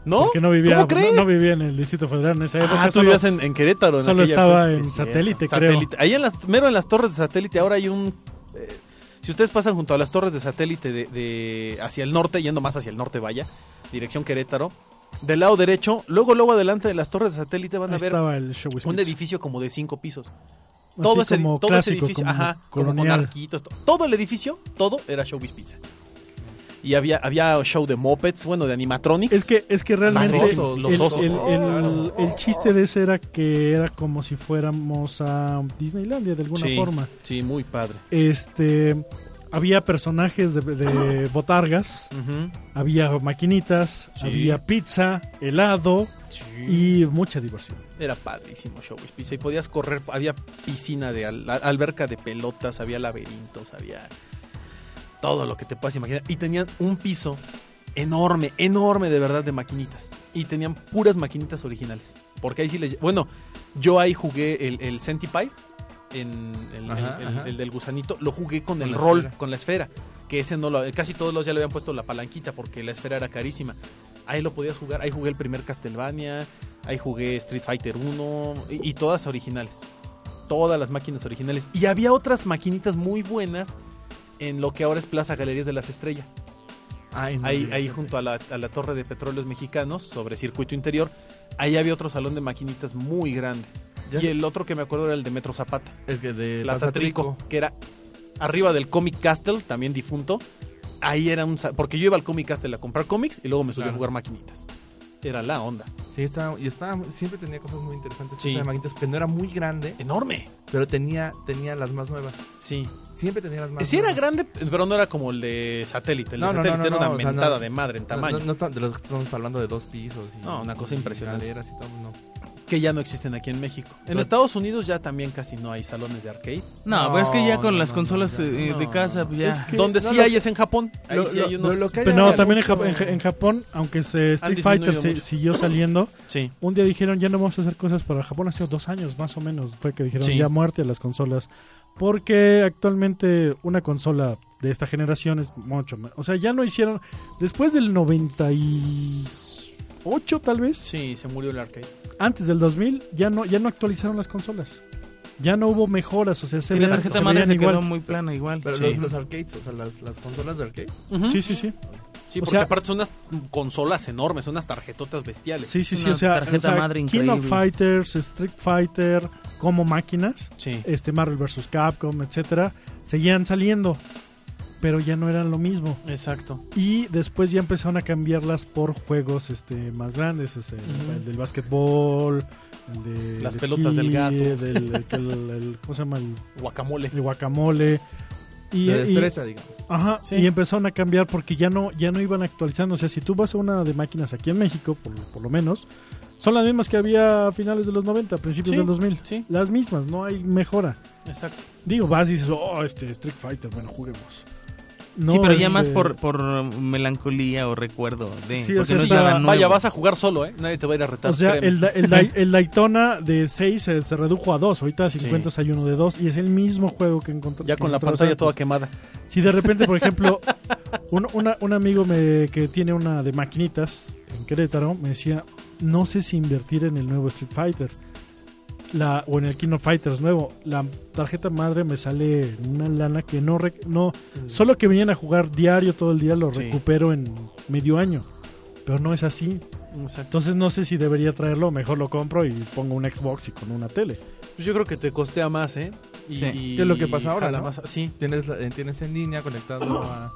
¿No?
porque no vivía,
¿Cómo
no,
crees?
no vivía en el Distrito Federal en esa época.
Ah, tú
solo-
vivías en, en Querétaro.
solo
aquella
estaba
época.
en satélite, creo.
Satélite. Ahí en las, mero en las torres de satélite, ahora hay un... eh, si ustedes pasan junto a las torres de satélite de, de- hacia el norte, yendo más hacia el norte, vaya, dirección Querétaro, del lado derecho, luego, luego adelante de las torres de satélite van
ahí
a ver
estaba el Showbiz
un
Pizza.
edificio como de cinco pisos.
Así
todo ese,
como
edi- todo ese
clásico,
edificio,
como
ajá, como con
colonial.
arquitos, to- todo el edificio, todo era Showbiz Pizza. Y había, había show de mopeds, bueno, de animatronics.
Es que, es que realmente
Los
osos,
el-
los
el,
osos. Oh,
el- el- el chiste de ese era que era como si fuéramos a Disneylandia de alguna
Sí,
forma.
Sí, muy padre.
Este había personajes de, de botargas,
Ujú.
había maquinitas,
Sí.
había pizza, helado y mucha diversión.
Era padrísimo Showbiz Pizza y podías correr, había piscina de al- alberca de pelotas, había laberintos, había todo lo que te puedas imaginar. Y tenían un piso enorme, enorme de verdad de maquinitas. Y tenían puras maquinitas originales. Porque ahí sí les... Bueno, yo ahí jugué el, el Centipede, en el,
Ajá,
el-
ajá.
el del gusanito, lo jugué con,
Con
el
la
rol,
esfera.
con la esfera. Que ese no lo... Casi todos los ya le habían puesto la palanquita porque la esfera era carísima. Ahí lo podías jugar, ahí jugué el primer Castlevania, Ahí jugué Street Fighter 1 y, y todas originales. Todas las máquinas originales. Y había otras maquinitas muy buenas en lo que ahora es Plaza Galerías de las Estrellas.
Ay, no,
Ahí,
yo-
ahí junto a la, a la Torre de Petróleos Mexicanos, sobre circuito interior. Ahí había otro salón de maquinitas muy grande.
Ya-
Y el otro que me acuerdo era el de Metro Zapata,
el que de
Plaza Trico, que era arriba del Comic Castle, también difunto. Ahí era un... sa- Porque yo iba al Comic Castle a comprar cómics y luego me subí a
Claro.
jugar maquinitas. Era la onda.
Sí, estaba, y estaba, siempre tenía cosas muy interesantes.
Sí.
Esa de maquinitas, pero no era muy grande,
Enorme.
pero tenía, tenía las más nuevas.
Sí.
Siempre tenía las más
Sí era
nuevas.
grande, pero no era como el de satélite. El
No,
de
no, no,
satélite era
no,
una
no, o sea,
mentada
no.
de madre en
No,
tamaño.
No, no está- de los que estamos hablando de dos pisos. Y,
No, una cosa
y
impresionante.
galeras y todo, no.
Que ya no existen aquí en México. En
No.
Estados Unidos ya también casi no hay salones de arcade.
No,
No,
pero es que ya con
no,
las
no,
consolas
no, ya,
eh, de
no,
casa,
no.
pues ya.
Es que-
Donde
no,
sí
lo-
hay es en Japón. Ahí
lo-
sí hay
lo-
unos...
lo que hay
Pero
ahora
no,
es
también en,
mucho-
Jap- en Ja- en Japón, aunque se Street
disminuido
Fighter se-
mucho.
siguió saliendo,
Sí.
un día dijeron ya no vamos a hacer cosas para Japón. Hace dos años más o menos fue que dijeron
Sí.
ya muerte a las consolas. Porque actualmente una consola de esta generación es mucho más. O sea, ya no hicieron. Después del 98, tal vez,
Sí, se murió el arcade.
antes del 2000, ya no, ya no actualizaron las consolas. Ya no hubo mejoras. O sea, se,
Y la
veían-
tarjeta
se
madre
veían
se quedó
igual.
muy plana igual.
Pero
Sí.
los, los arcades, o sea, las, las consolas de arcade.
Ujú.
Sí, sí, sí.
Sí,
o
porque
sea-
aparte son unas consolas enormes, unas tarjetotas bestiales.
Sí, sí, sí.
Una
O sea,
tarjeta
o sea,
madre
King of
increíble.
Fighters, Street Fighter, como máquinas.
Sí.
este Marvel vs. Capcom, etcétera, seguían saliendo, pero ya no eran lo mismo.
Exacto.
Y después ya empezaron a cambiarlas por juegos este, más grandes, este,
Ujú.
el del básquetbol, el de
Las
el
pelotas del gato.
del- el- el- el- ¿cómo se llama? El,
Guacamole.
el guacamole. Y,
De
y-
destreza, digamos.
ajá,
Sí.
y empezaron a cambiar porque ya no, ya no iban actualizando. O sea, si tú vas a una de máquinas aquí en México, por, por lo menos, Son las mismas que había a finales de los 90, principios
Sí,
del 2000.
sí.
Las mismas, no hay mejora.
Exacto.
Digo, vas y dices, oh, este Street Fighter, bueno, juguemos. No,
sí, pero ya
este,
más por, por melancolía o recuerdo de.
Sí, o
porque
sea,
no
está-
es nada nuevo.
Vaya, vas a jugar solo, ¿eh? Nadie te va a ir a retar.
O sea,
créeme.
el, da- el, da- el Daytona de 6 se, se redujo a 2. Ahorita a 50 hay uno de 2 y es el mismo juego que encontré.
Ya con la pantalla toda quemada.
Si de repente, por ejemplo, un, una- un amigo me, que tiene una de maquinitas en Querétaro me decía, no sé si invertir en el nuevo Street Fighter la, o en el Kino Fighters nuevo. La tarjeta madre me sale en una lana que no... rec- no Solo que venían a jugar diario todo el día lo
Mm. Sí.
recupero en medio año. Pero no es así. Entonces no sé si debería traerlo. Mejor lo compro y pongo un Xbox y con una tele.
Pues yo creo que te costea más, ¿eh? Y,
Sí.
y-
¿Qué es lo que pasa ahora,
jala
no?
más- Sí.
Tienes, la- eh, tienes en línea conectado a,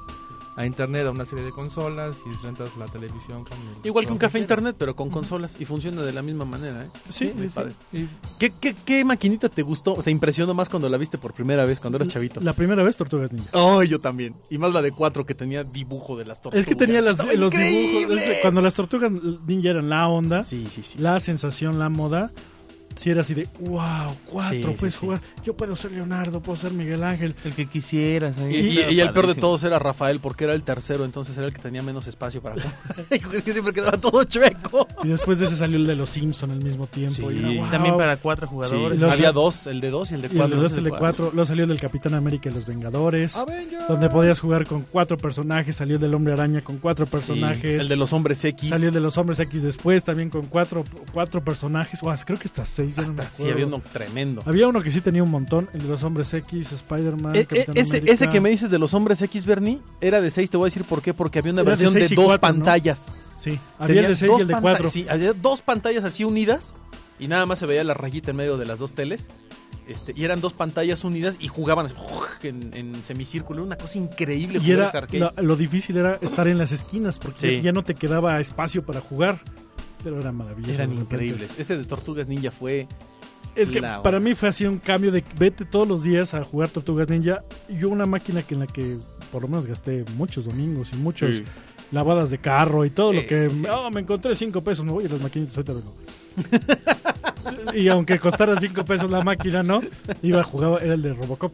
a internet, a una serie de consolas y rentas la televisión. con el-
Igual que un
con
café
lo quieras.
internet, pero con consolas. Y funciona de la misma manera, ¿eh?
Sí,
muy padre.
Y
¿Qué, qué, qué maquinita te gustó? ¿Te impresionó más cuando la viste por primera vez, cuando eras chavito?
La primera vez Tortugas Ninja.
Oh, yo también. Y más la de cuatro que tenía dibujo de las tortugas.
Es que tenía las-
¡Estaba
los
increíble!
dibujos. es que cuando las tortugas ninja eran la onda,
Sí, sí, sí.
la sensación, la moda, si era así de, wow, cuatro,
Sí, sí,
puedes
sí.
jugar. Yo puedo ser Leonardo, puedo ser Miguel Ángel.
El que quisieras. ahí
Y, y-
estaba
y el peor de
padrísimo.
todos era Rafael, porque era el tercero, entonces era el que tenía menos espacio para jugar. es que siempre quedaba todo chueco.
Y después de ese salió el de los Simpson al mismo tiempo.
Sí.
y era,
Y
"Wow".
También para cuatro
Sí,
jugadores.
los-
había dos, el de dos y el de
Y el
cuatro.
de los
el de
L4, luego salió el del Capitán América y los Vengadores.
Avengers.
Donde podías jugar con cuatro personajes, salió el del Hombre Araña con cuatro
Sí,
personajes.
el de los hombres X.
Salió el de los Hombres X después, también con cuatro, cuatro personajes. Guau, creo que hasta seis. ya no me
Hasta sí,
acuerdo.
había uno tremendo.
Había uno que sí tenía un montón, el de los hombres X, Spider-Man,
Eh, eh,
Capitán
ese,
América.
ese que me dices de los hombres X, Bernie, era de 6, te voy a decir por qué, porque había una
Era de
versión de,
seis y
dos
cuatro, ¿no?
pantallas.
Sí, había el de
Tenía
6
dos
y el de
panta-
4.
Sí, había dos pantallas así unidas y nada más se veía la rayita en medio de las dos teles. Este, y eran dos pantallas unidas y jugaban así, en, en semicírculo. Una cosa increíble
Y
jugar
era,
ese arcade.
la- lo difícil era estar en las esquinas porque
Sí.
ya, ya no te quedaba espacio para jugar. Pero era maravilloso.
Eran
de repente.
increíbles. Ese de Tortugas Ninja fue.
Es que
La
para
hora.
mí fue así un cambio de vete todos los días a jugar Tortugas Ninja. Y Yo una máquina que en la que por lo menos gasté muchos domingos y muchas
Sí.
lavadas de carro y todo lo
Sí, pues
que...
sí.
"Oh, me encontré cinco pesos, me voy a las maquinitas, ahorita vengo". y aunque costara cinco pesos la máquina, ¿no? Iba, jugaba, era el de Robocop.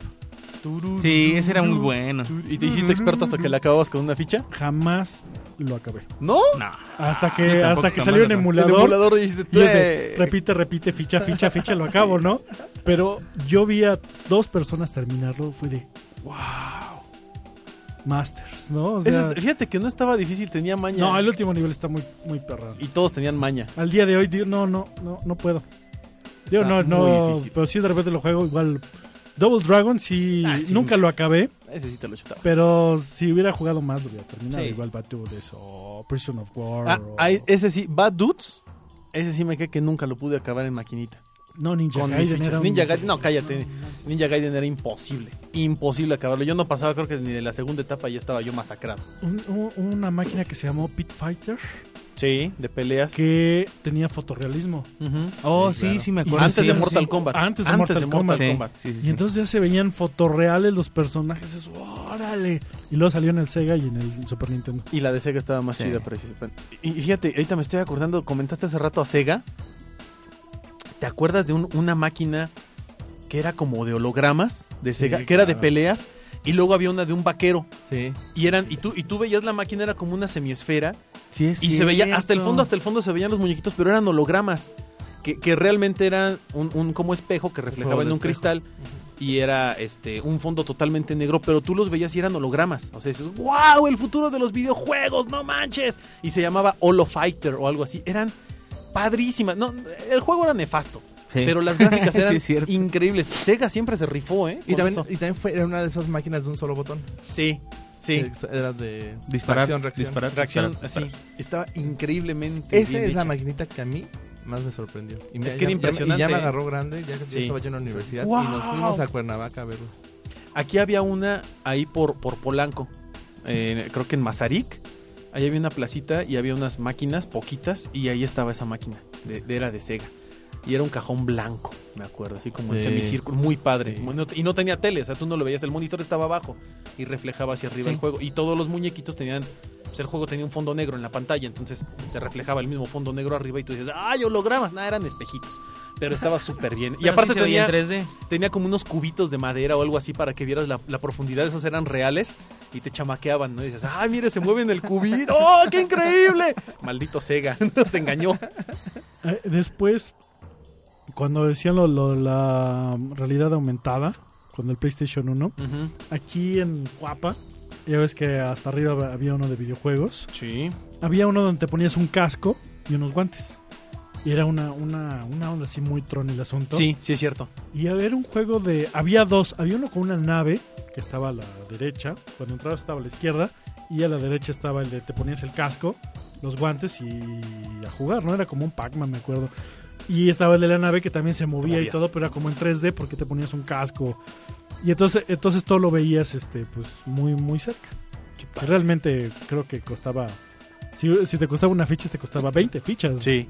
Sí, ese era muy bueno.
¿Y te hiciste experto hasta que la acababas con una ficha?
Jamás lo acabé.
¿No.
No.
Hasta
Ah, yo
que,
tampoco,
hasta que
jamás
salió un
lo- el
El
emulador.
emulador dijiste.
Y es de,
"Tre".
repite, repite, ficha, ficha, ficha, lo acabo, ¿no? Pero yo vi a dos personas terminarlo, fue de wow. Masters, ¿no? O sea,
Ese es- fíjate que no estaba difícil, tenía maña.
no, el último nivel está muy, muy perrado.
Y todos tenían maña.
Al día de hoy, digo, no, no, no, no puedo. Digo, no,
Está muy
no,
difícil.
pero sí de repente lo juego igual. Double Dragon sí,
Ah, sí.
nunca lo acabé,
Ese sí te lo chutaba.
pero si hubiera jugado más lo hubiera terminado.
Sí.
Igual Bad Dudes o Prison of War.
Ah,
o-
ahí- ese sí, Bad Dudes. Ese sí me cae que nunca lo pude acabar en maquinita.
no, Ninja
Con mis
Gaiden
fichas.
era un-
Ninja Gaiden, no, cállate. Ninja Gaiden era imposible. Imposible acabarlo. Yo no pasaba, creo que ni de la segunda etapa ya estaba yo masacrado.
un- un- una máquina que se llamó Pit Fighter.
Sí, de peleas.
que tenía fotorrealismo.
Ujú.
Oh,
Sí,
sí,
claro.
sí, me acuerdo.
Antes
sí,
de
sí.
Mortal Kombat.
Antes de Mortal Kombat.
Sí, sí, sí.
Y entonces ya se veían fotorreales los personajes. Es, órale. Y luego salió en el Sega y en el Super Nintendo.
Y la de Sega estaba más
Sí.
chida, participante. Y y fíjate, ahorita me estoy acordando, comentaste hace rato a Sega. ¿Te acuerdas de un- una máquina que era como de hologramas de
Sí,
Sega? que era de
claro.
peleas. Y luego había una de un vaquero.
Sí.
Y eran, y tú, y tú veías la máquina, era como una semiesfera.
Sí, es
Y se veía, hasta el
cierto.
fondo, hasta el fondo se veían los muñequitos, pero eran hologramas. Que, que realmente eran un, un como espejo que reflejaba
juego
en
de
un
espejo.
cristal. Y era este un fondo totalmente negro, pero tú los veías y eran hologramas. O sea, dices, wow, el futuro de los videojuegos, no manches. Y se llamaba Holo Fighter o algo así. Eran padrísimas. No, el juego era nefasto,
Sí.
pero las gráficas
Sí,
eran
es cierto.
increíbles. Sega siempre se rifó, ¿eh? Con
Y también,
eso.
y también fue, era una de esas máquinas de un solo botón.
Sí, sí.
Que Era de
Disparar,
reacción, reacción.
disparar,
Reacción,
disparar,
sí. Estaba increíblemente.
Esa
bien
es la
hecha.
maquinita que a mí más me sorprendió. Y me-
Es que era
ya- ya-
impresionante,
Y ya me
¿eh?
agarró grande, ya, ya
Sí.
estaba yo en la universidad.
¡Wow!
Y nos fuimos a Cuernavaca a verlo.
Aquí había una ahí por, por Polanco, eh, creo que en Mazarik. Ahí había una placita y había unas máquinas, poquitas, y ahí estaba esa máquina. de- de- era de Sega. Y era un cajón blanco, me acuerdo, así como en
Sí.
semicírculo, muy padre.
Sí.
Muy- no- y no tenía tele, o sea, tú no lo veías, el monitor estaba abajo y reflejaba hacia arriba
Sí.
el juego. Y todos los muñequitos tenían pues, el juego tenía un fondo negro en la pantalla, entonces se reflejaba el mismo fondo negro arriba y tú dices, ¡ay, hologramas! Nada, eran espejitos. Pero estaba súper bien. Y
Pero
aparte
sí se veía
tenía,
en 3D.
tenía como unos cubitos de madera o algo así para que vieras la, la profundidad, esos eran reales y te chamaqueaban, ¿no? Y dices, ¡ay, mire, se mueve en el cubito! ¡Oh, qué increíble! Maldito Sega, nos engañó.
Eh, Después, cuando decían lo, lo- la realidad aumentada, con el PlayStation 1, aquí en Cuapa, ya ves que hasta arriba había uno de videojuegos,
Sí.
había uno donde te ponías un casco y unos guantes. Y era una, una, una onda así muy tron el asunto.
Sí, sí es cierto.
Y era un juego de... Había dos. Había uno con una nave que estaba a la derecha. Cuando entrabas estaba a la izquierda. Y a la derecha estaba el de te ponías el casco, los guantes y a jugar, ¿no? Era como un Pac-Man, me acuerdo. Y estaba el de la nave que también se movía y
movías.
todo, pero era como en 3D porque te ponías un casco. Y entonces, entonces todo lo veías este, pues muy, muy cerca. Que realmente creo que costaba... Si, si te costaba una ficha, te costaba 20 fichas.
Sí.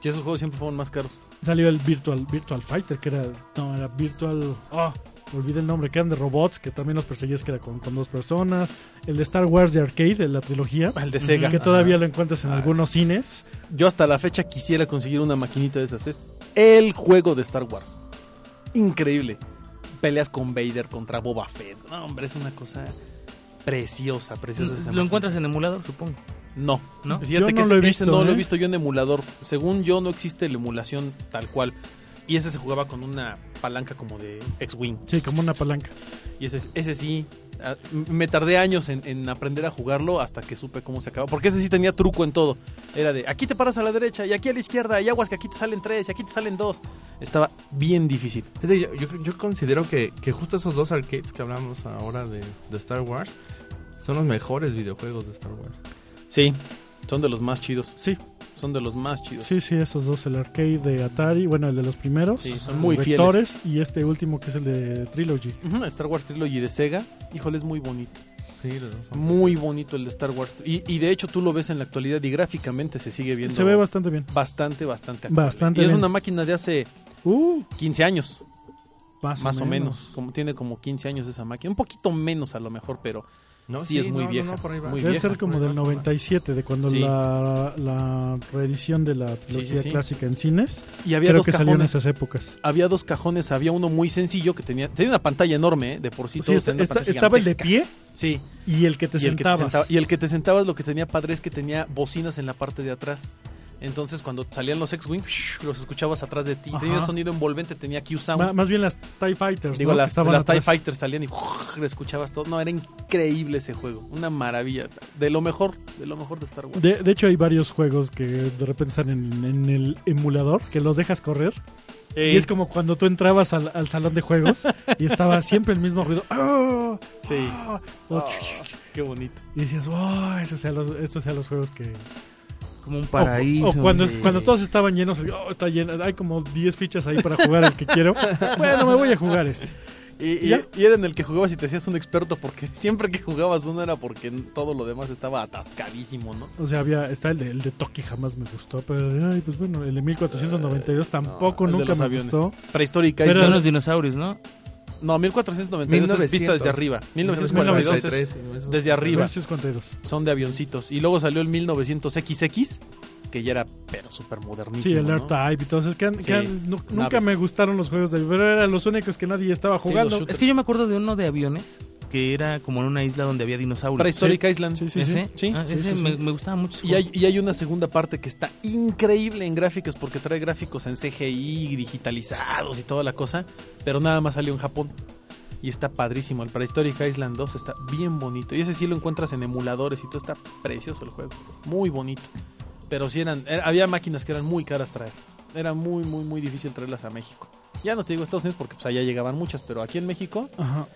Sí, esos juegos siempre fueron más caros.
Salió el Virtual, Virtual Fighter, que era. No, era Virtual. Oh, olvidé el nombre, que eran de robots, que también los perseguías, que era con, con dos personas. El de Star Wars de Arcade, de la trilogía.
El de Sega.
Que todavía lo encuentras en
Ah,
algunos cines.
Yo hasta la fecha quisiera conseguir una maquinita de esas. Es el juego de Star Wars. Increíble. Peleas con Vader contra Boba Fett. No, hombre, es una cosa preciosa, preciosa. esa
Lo
máquina.
encuentras en emulador, supongo.
No.
¿No?
Fíjate
Yo
que
no lo he
ese
visto,
no lo
¿eh?
he visto yo en emulador. Según yo, no existe la emulación tal cual. Y ese se jugaba con una palanca como de X-Wing.
Sí, como una palanca.
Y ese, ese sí, ah, m- me tardé años en, en aprender a jugarlo hasta que supe cómo se acababa. Porque ese sí tenía truco en todo. Era de aquí te paras a la derecha y aquí a la izquierda y aguas que aquí te salen tres y aquí te salen dos. Estaba bien difícil.
Es de- yo, yo- yo considero que, que justo esos dos arcades que hablamos ahora de, de Star Wars son los mejores videojuegos de Star Wars.
Sí, son de los más chidos.
Sí,
Son de los más chidos.
sí, sí, esos dos. El arcade de Atari, bueno, el de los primeros.
Sí, son muy
los vectores, Y este último, que es el de Trilogy.
Ujú, Star Wars Trilogy de Sega, híjole, es muy bonito.
Sí, los dos son.
Muy bonito el de Star Wars. Y, y de hecho tú lo ves en la actualidad y gráficamente se sigue viendo
Se ve bastante bien.
bastante, bastante. actual.
Bastante
Y es
bien.
una máquina de hace
Uh,
15 años.
más,
más o menos. Como, tiene como 15 años esa máquina. Un poquito menos a lo mejor, pero
No,
sí, es muy vieja,
por ahí va.
muy
Debe
vieja,
ser como
por ahí
del
va,
97, de cuando
Sí.
la, la reedición de la trilogía
sí.
clásica en cines.
y había
Creo
dos
que salió en
cajones.
esas épocas.
Había dos cajones, había uno muy sencillo que tenía tenía una pantalla enorme, ¿eh? de por sí,
Sí,
todos
esta-
tenían una
esta-
pantalla
estaba el de
gigantesca.
pie
Sí,
y el que te
y el que te
sentabas.
sentaba- y el que te sentabas lo que tenía padre es que tenía bocinas en la parte de atrás. Entonces cuando salían los X-Wing, los escuchabas atrás de ti. Tenía
Ajá.
sonido envolvente, tenía Q-Sound.
Ma- más bien las TIE Fighters.
Digo,
¿no? que
las,
estaban
las TIE
atrás.
Fighters salían y lo escuchabas todo. No, era increíble ese juego. Una maravilla. De lo mejor, de lo mejor de Star Wars.
De, de hecho, hay varios juegos que de repente están en, en el emulador que los dejas correr. Y
Eh,
es como cuando tú entrabas al, al salón de juegos y estaba siempre el mismo ruido. ¡Ah!
Sí.
¡Ah!
Oh, qué bonito.
Y decías, wow, esos sean los, esos sean los juegos que,
Como un
O-
paraíso.
O, cuando,
sí.
cuando todos estaban llenos, "Oh, está llena, hay como 10 fichas ahí para jugar el que quiero. Bueno, me voy a jugar este.
Y, y-
¿Ya?
y era en el que jugabas y te hacías un experto porque siempre que jugabas uno era porque todo lo demás estaba atascadísimo, ¿no?
O sea, había, está el de, el de Toki, jamás me gustó, pero ay, pues bueno, el de 1492 tampoco,
Eh, el de
nunca
los
me
aviones.
gustó.
Prehistórica.
Pero
isla-
son los dinosaurios, ¿no?
no, 1492 es vista desde
1900.
arriba. 1942 es
1943, y eso-
desde arriba.
1952.
Son de avioncitos. Y luego salió el 1900XX, que ya era pero súper modernísimo.
Sí, el
¿no?
R-Type y todo eso. que han- que
Sí,
han- nu- nunca
naves.
me gustaron los juegos de pero eran los únicos que nadie estaba
Sí, los
jugando.
shooters.
Es que yo me acuerdo de uno de aviones que era como en una isla donde había dinosaurios.
Prehistórica Island.
Sí, sí, sí.
¿Ese?
Sí,
Ah,
sí,
ese
sí,
me,
sí.
me gustaba mucho. ese
Y hay, y hay una segunda parte que está increíble en gráficos porque trae gráficos en CGI, digitalizados y toda la cosa, pero nada más salió en Japón. Y está padrísimo. El Prehistoric Island 2 está bien bonito. Y ese sí lo encuentras en emuladores y todo está precioso el juego. Muy bonito. Pero sí eran. era- había máquinas que eran muy caras traer. Era muy, muy, muy difícil traerlas a México. Ya no te digo Estados Unidos porque pues allá llegaban muchas, pero aquí en México
Ajá.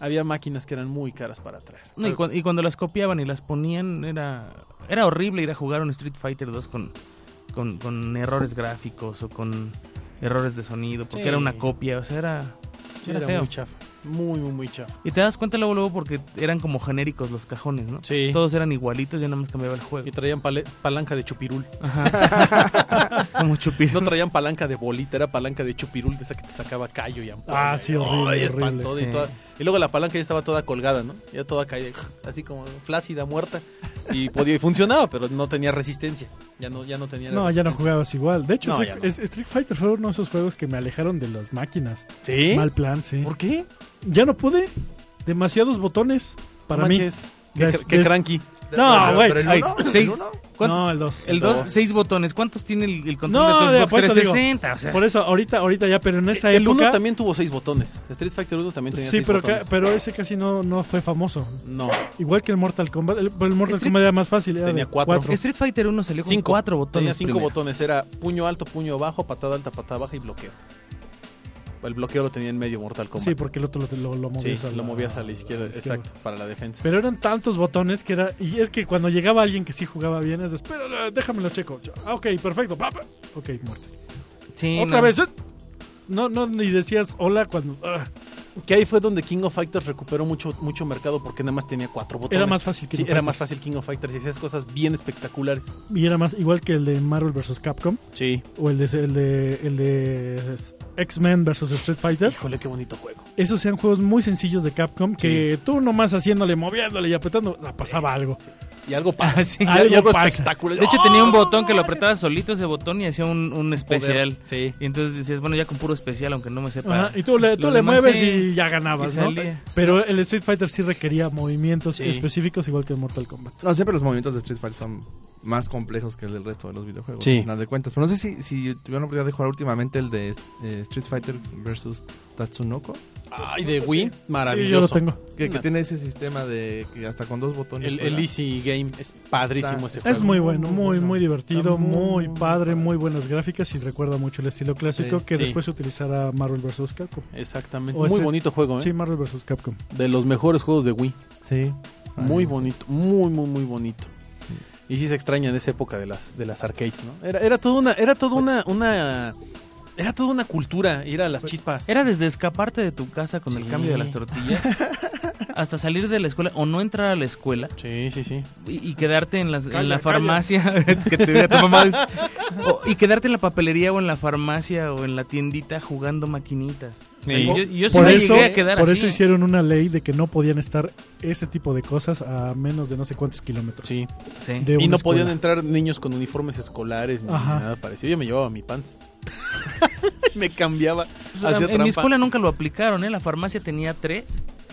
había máquinas que eran muy caras para traer.
No, y, cuan- y cuando las copiaban y las ponían, era, era horrible ir a jugar un Street Fighter 2 con, con, con errores gráficos o con errores de sonido, porque
Sí.
era una copia, o sea, era,
Sí,
era
era
feo.
muy chafa. Muy, muy, muy chafa.
Y te das cuenta luego, luego porque eran como genéricos los cajones, ¿no?
Sí.
Todos eran igualitos, ya nada más cambiaba el juego.
Y traían pale- palanca de chupirul.
Como chupir.
No traían palanca de bolita, era palanca de chupirul, de esa que te sacaba callo y ampollo.
Ah, sí, horrible,
Ay,
horrible.
espantoso y
Sí.
toda- Y luego la palanca ya estaba toda colgada, ¿no? Ya toda caída, así como flácida, muerta. Y podía y funcionaba, pero no tenía resistencia. Ya no, ya no tenía la
No, ya no
resistencia.
jugabas igual. De hecho,
No,
Street,
ya no.
es- Street Fighter fue uno de esos juegos que me alejaron de las máquinas.
¿Sí?
Mal plan, sí.
¿Por qué?
Ya no pude. Demasiados botones para
No
mí.
manches. Qué,
Des-
cr- qué
des-
cranky.
No,
Pero-
güey,
pero el
ay,
uno,
seis.
el uno,
¿Cuánto-
No, el 2.
El 2, 6 botones. ¿Cuántos tiene el, el control
No,
de
ya,
tu
por
Xbox
eso digo.
360? O sea,
Por eso, ahorita, ahorita ya, pero en esa
El
época.
1 Eh, también tuvo seis botones. Street Fighter 1 también tenía
sí,
seis
pero, ca-
botones.
pero ese casi no, no fue famoso.
No,
Igual que el Mortal Kombat. El, pero el Mortal
Street-
Kombat era más fácil. Era
Tenía
de
cuatro.
Street Fighter 1 salió con
Cinco.
4 botones.
tenía cinco
primero.
botones. Era puño alto, puño bajo, patada alta, patada baja y bloqueo. El bloqueo lo tenía en medio Mortal Kombat.
Sí, porque el otro lo, lo- lo
Sí,
movías, a, la,
lo movías a la izquierda, exacto, para la defensa.
Pero eran tantos botones que era. Y es que cuando llegaba alguien que sí jugaba bien, es de, espera, déjame lo checo. Yo, Ah, ok, perfecto. pa, pa". Ok, muerte.
Sí,
Otra
no.
vez. eh. No, no, ni decías hola cuando. ah,
Que ahí fue donde King of Fighters recuperó mucho, mucho mercado porque nada más tenía cuatro botones.
Era más fácil que
Sí,
King of
era
Fighters.
más fácil King of Fighters y hacías cosas bien espectaculares.
Y era más igual que el de Marvel vs. Capcom.
Sí.
O el de, el de, el de X-Men vs. Street Fighter.
Híjole, qué bonito juego.
Esos sean juegos muy sencillos de Capcom que tú nomás haciéndole, moviéndole y apretando, o sea, pasaba algo.
Y algo padre.
sí,
y
algo
algo
pasa.
espectacular.
De hecho,
¡Oh!
tenía un botón que lo apretaba solito ese botón y hacía un, un especial.
Sí.
Y entonces decías, bueno, ya con puro especial, aunque no me sepa.
Ajá, y tú le, tú
Lo
le
demás,
mueves
sí.
y ya
Y
ganabas, ¿no?
salía.
Pero el Street Fighter sí requería movimientos
Sí.
específicos igual que en Mortal Kombat.
No, siempre los movimientos de Street Fighter son más complejos que el del resto de los videojuegos.
Sí.
Al final de cuentas. Pero no sé si, si tuvieron la oportunidad de jugar últimamente el de eh, Street Fighter versus Tatsunoko.
Ay, de Wii,
Sí, yo lo
maravilloso.
tengo.
Que, que
Una-
tiene ese sistema de que hasta con dos botones.
el, el
juega.
Easy Game es padrísimo ese
Está-
juego.
Es muy bueno,
Muy
muy,
bueno.
muy divertido,
Está
muy
muy,
padre,
muy
muy buenas gráficas y recuerda mucho el estilo clásico
Sí,
que
sí.
después se utilizará Marvel vs. Capcom.
Exactamente.
O
muy
este-
bonito juego, ¿eh?
Sí, Marvel vs. Capcom.
De los mejores juegos de Wii.
Sí.
Muy bonito, muy, muy, muy bonito. Y sí se extraña en esa época de las, de las arcades, ¿no? Era, era toda una, era toda una, una- era toda una cultura ir a las chispas.
Pues, Era desde escaparte de tu casa con el
Sí.
cambio de las tortillas hasta salir de la escuela o no entrar a la escuela
Sí, sí, sí.
y, y quedarte en, las- en
Calla,
la
calla.
farmacia que te diga tu mamá, es- o- y quedarte en la papelería o en la farmacia o en la tiendita jugando maquinitas. O sea,
Sí.
yo, yo sí
Por
me
eso,
llegué a quedar
por
así.
eso hicieron una ley de que no podían estar ese tipo de cosas a menos de no sé cuántos kilómetros.
Sí.
Sí.
de una
Y no
escuela.
podían entrar niños con uniformes escolares ni
Ajá.
nada parecido. Yo me llevaba mi pants. me cambiaba.
Pues,
hacía
en mi
trampa.
escuela nunca lo aplicaron, ¿eh? La farmacia tenía tres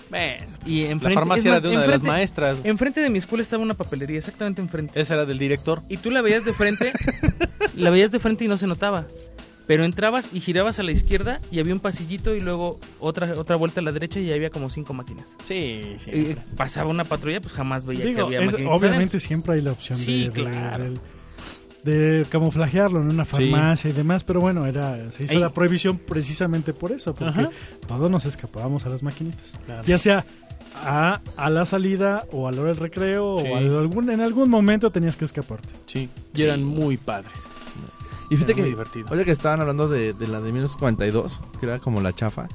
Bueno,
y enfrente...
la
es
farmacia era
más,
de una de las
enfrente-
maestras.
Enfrente de mi escuela estaba una papelería, exactamente enfrente.
Esa era del director.
Y tú la veías de frente, la veías de frente y no se notaba. Pero entrabas y girabas a la izquierda y había un pasillito y luego otra, otra vuelta a la derecha y había como cinco máquinas.
Sí,
Y pasaba una patrulla, pues jamás veía que
Digo,
había
es-
máquinas.
obviamente siempre hay la opción de-
Sí,
de,
claro.
del- de camuflajearlo en una farmacia y demás, pero bueno, era se hizo
Ey.
la prohibición precisamente por eso, porque
Ajá.
todos nos escapábamos a las maquinitas.
Claro.
Ya sea a, a la salida o a la hora del recreo
Sí.
o al- algún, en algún momento tenías que escaparte.
Sí. Y eran muy padres.
Y fíjate
Era muy
que
divertido.
Oye, que estaban hablando de, de la de 1942, que era como la chafa.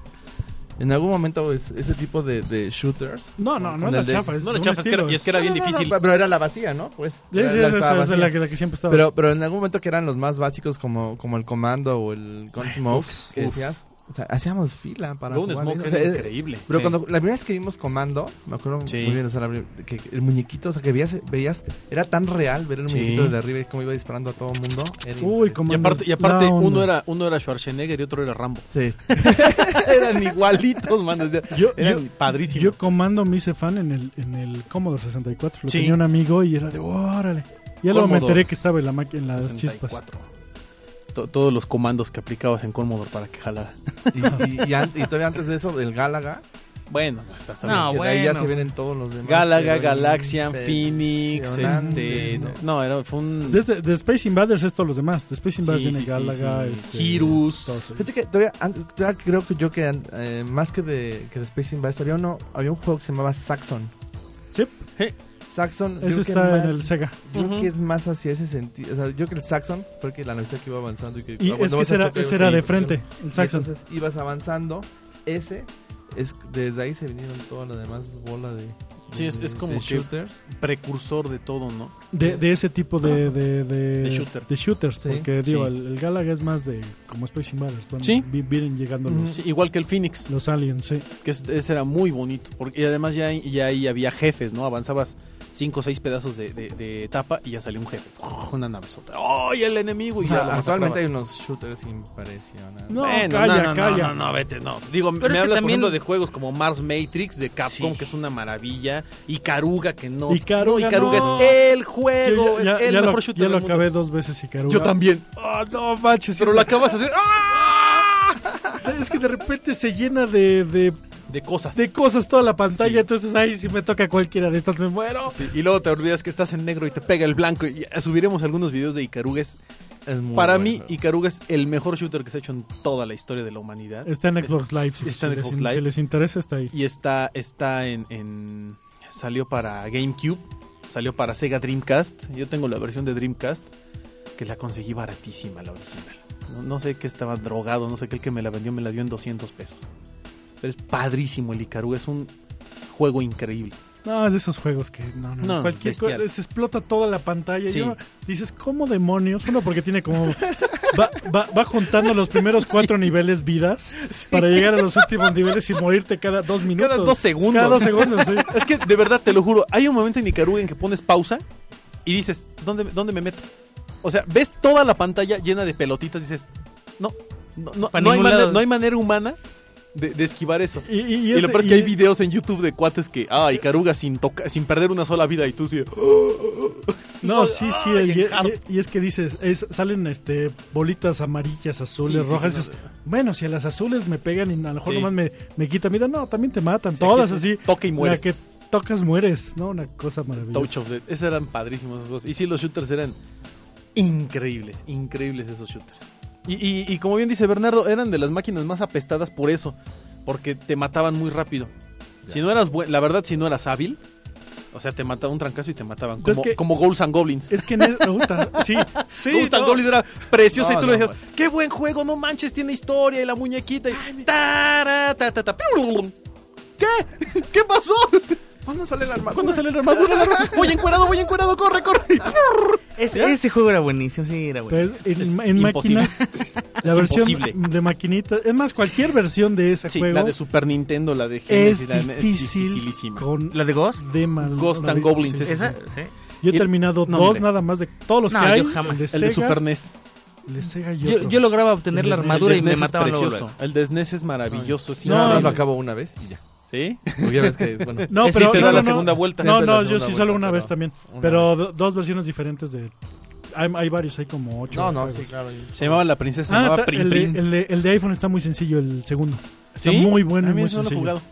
En algún momento es- ese tipo de, de shooters.
No, no,
Con
no era
el de-
chafa, es
No, la
un
chapa, es que era-
estilo,
y es que era bien
No, no, no,
difícil.
pa- pero era la vacía, ¿no? Pues.
Sí,
era-
sí,
la
esa-
estaba
esa es la
vacía.
que, la que siempre estaba.
Pero, pero en algún momento que eran los más básicos como, como el comando o el Gunsmoke, que
uf.
decías, o sea, hacíamos fila para
Golden
jugar,
Smoke
¿no? O
era
sea, eh,
increíble.
Pero
Sí.
cuando la primera vez que vimos Comando, me acuerdo
Sí.
muy bien, o sea, la prim- que que el muñequito, o sea, que veías, veías, era tan real ver el
Sí.
muñequito desde arriba y cómo iba disparando a todo el mundo. era
Uy,
impresionante.
Y
Comando
aparte, y aparte
la onda.
uno, era, uno era Schwarzenegger y otro era Rambo.
Sí.
Eran igualitos, man. o sea,
Yo-
eran
yo-
padrísimos.
Yo comando me hice fan en el, en el Commodore 64. Lo
Sí.
tenía un amigo y era de órale. Ya luego me
Commodore
enteré que estaba en, la maqui- en las
64.
chispas.
To- todos los comandos que aplicabas en Commodore para que jalara.
Y, y- y an- y todavía antes de eso, el Gálaga.
Bueno, no estás
No,
Ah,
hablando.
que de ahí ya
bueno.
se vienen todos los demás.
Galaga,
pero-
Galaxian,
pero-
Phoenix, este... No,
no.
era, fue un...
Desde, de Space Invaders es todos los demás. De Space Invaders
Sí,
viene
sí, sí,
Galaga,
sí.
este,
Girus.
todos ellos.
Fíjate que todavía, antes- todavía creo que yo que an- eh, más que de, que de Space Invaders, había, uno, había un juego que se llamaba Saxon.
Sí,
Saxon, yo
ese
que
está
más-
en el Sega.
Yo creo
Ujú.
que es más hacia ese sentido. O sea, yo creo que el Saxon fue que la amistad que iba avanzando. Y que,
Y
cuando
es que
vas a
pues,
ese era,
chocar,
ese
ibas
era
a-
de frente, el
Y
Saxon.
Entonces ibas avanzando. Ese es, desde ahí se vinieron todas las demás bola de.
Sí,
de-
es- es como
de
que-
shooters.
Precursor de todo, ¿no?
De, de ese tipo de, de, de-
De shooter.
de shooters.
Sí.
Porque digo,
Sí.
el, el Galaga es más de como Space Invaders. cuando
Sí.
vi- Vienen llegando los,
Sí, igual que el Phoenix,
los aliens, sí.
que es- ese era muy bonito. Porque, y además ya, ahí- ya ahí había jefes, ¿no? Avanzabas cinco o seis pedazos de, de- de etapa y ya salía un jefe. ¡Oh! Una navezota. ¡Ay, el enemigo!
Ah,
Y ya lo masacrabas.
actualmente hay unos shooters impresionantes.
No,
Bueno,
calla,
no, no,
calla.
no, no, no, vete, no. Digo,
Pero es
me
que
hablas por
también-
ejemplo de juegos como Mars Matrix de Capcom,
Sí.
que es una maravilla, y Caruga, que no.
Ikaruga,
no, Ikaruga
no.
es el
Yo
juego,
ya, ya-
es el
ya
mejor
lo,
shooter
ya
del
lo
mundo.
acabé dos veces y
Yo también.
Oh, no manches.
Pero
es-
lo acabas de hacer ¡ah!
Es que de repente se llena de, de,
de cosas.
de cosas toda la pantalla.
Sí.
Entonces, ahí si me toca cualquiera de estas, me muero.
Sí, y luego te olvidas que estás en negro y te pega el blanco. Y ya subiremos algunos videos de Icaruga. Es-
Es muy
para
bueno.
mí, Icaruga es el mejor shooter que se ha hecho en toda la historia de la humanidad.
Está en Xbox Live. Si,
Está
si
en
les-
Xbox Live.
si les interesa, está ahí.
Y está, está en, en- Salió para GameCube, salió para Sega Dreamcast. Yo tengo la versión de Dreamcast, que la conseguí baratísima, la original. No, no sé qué estaba drogado, no sé qué el que me la vendió me la dio en 200 pesos. Pero es padrísimo el Icaruga, es un juego increíble.
No, es de esos juegos que no, no,
No,
cualquier
bestial.
cosa, se explota toda la pantalla.
Sí.
Y luego dices, ¿cómo demonios? Uno porque tiene como... Va, va- va juntando los primeros cuatro niveles vidas para llegar a los últimos niveles y morirte cada dos minutos.
Cada dos segundos.
Cada dos segundos, sí.
Es que de verdad te lo juro, hay un momento en Icaruga en que pones pausa y dices, ¿dónde, dónde me meto? O sea, ves toda la pantalla llena de pelotitas y dices, no, no, no,
Pa'
no hay,
ningún
manera,
lado.
no hay manera humana de, de esquivar eso.
Y, y- y
Y,
es de-
lo peor es que
y-
hay videos en YouTube de cuates que, ah, Icaruga sin, toca- sin perder una sola vida y tú sí. "Oh,
No, sí, sí.
Ay,
y,
enjar-
y- y es que dices, es, salen este bolitas amarillas, azules,
Sí, sí,
rojas.
sí,
dices, bueno, si a las azules me pegan y a lo mejor
Sí.
nomás me, me quitan vida, no, también te matan. todas
Sí, sí, sí.
así.
Toca y mueres.
La que tocas mueres, ¿no? Una cosa maravillosa.
Touch of Death. Esos eran padrísimos esos juegos. Y sí, los shooters eran increíbles, increíbles esos shooters. Y, y- y como bien dice Bernardo, eran de las máquinas más apestadas por eso, porque te mataban muy rápido.
Ya.
Si no eras buen- la verdad, si no eras hábil, o sea, te mataba un trancazo y te mataban.
Pero
Como,
es que-
como Ghouls and Goblins.
Es que en el- puta, sí, sí.
Ghouls and
no.
Goblins era preciosa y
No,
tú le
no,
decías, qué buen juego, no manches, tiene historia y la muñequita. Y... Tara, ta, ta, ta, pirulum. ¿Qué? ¿Qué pasó?
¿Cuándo sale el arma?
¿Cuándo sale la armadura? La armadura? Voy encuerado, voy encuerado, corre, corre.
Ese, ese juego era buenísimo, sí, era
Pero
buenísimo.
es- en,
Es
en
imposible.
máquinas, la
Es
versión
imposible.
de maquinita, es más, cualquier versión de ese
Sí,
juego
la de Super Nintendo, la de Genesis,
es
la de-
difícil
dificilísima.
con
¿La de Ghost?
de mal-
Ghost and
sí,
Goblins,
sí, sí.
¿Esa? Sí.
Yo he
Y-
terminado
no,
dos
hombre.
nada más de todos los
No,
que
yo
hay.
jamás.
El de
El
El E
Sega,
de Super NES.
el de Sega y
Yo,
otro.
yo lograba obtener
El
la
de NES.
armadura
el
y me
SNES es
mataban luego.
precioso. El de SNES es maravilloso. sí,
No,
No,
maravilla.
lo acabo una vez y ya.
¿Sí?
Porque ya ves que, bueno,
No,
Ese
pero
te
no,
da
no,
la
no.
segunda vuelta.
No,
Siempre
no,
la
yo
segunda
sí solo
vuelta,
una vez
pero
también.
una
Pero do- dos versiones diferentes de. Hay, hay varios, hay como ocho.
no, no,
juegos.
sí, claro.
Se llamaba La Princesa, se
Ah,
llamaba
ta-
Prim
el, de,
Prim.
el de- el de iPhone está muy sencillo, el segundo. Está
¿Sí?
muy bueno
A
y
mí
muy
eso no lo he
sencillo.
jugado.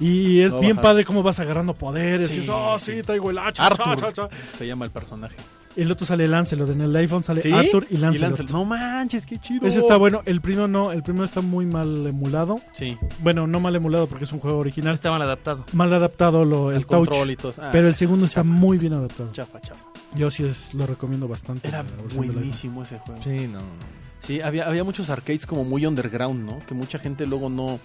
Y es
Lo voy a
bien
bajar.
padre cómo vas agarrando poderes.
Sí,
y dices, oh,
sí.
sí, traigo el hacha. cha, cha, cha".
Arthur se llama el personaje.
El otro sale Lancelot. En el iPhone sale
¿Sí?
Arthur y
Y
Lancelot.
Lancelot. No manches, qué chido.
Ese está bueno. El primero no. El primero está muy mal emulado.
Sí,
Bueno, no mal emulado porque es un juego
No
original.
estaba mal adaptado.
Mal adaptado lo, el,
el
touch.
control y todo. Ah,
pero el segundo está muy bien adaptado.
Chafa, chafa.
Yo sí es- lo recomiendo bastante. la
Era
versión del iPhone.
buenísimo ese juego.
Sí, no. no.
Sí, había, había muchos arcades como muy underground, ¿no? Que mucha gente luego no.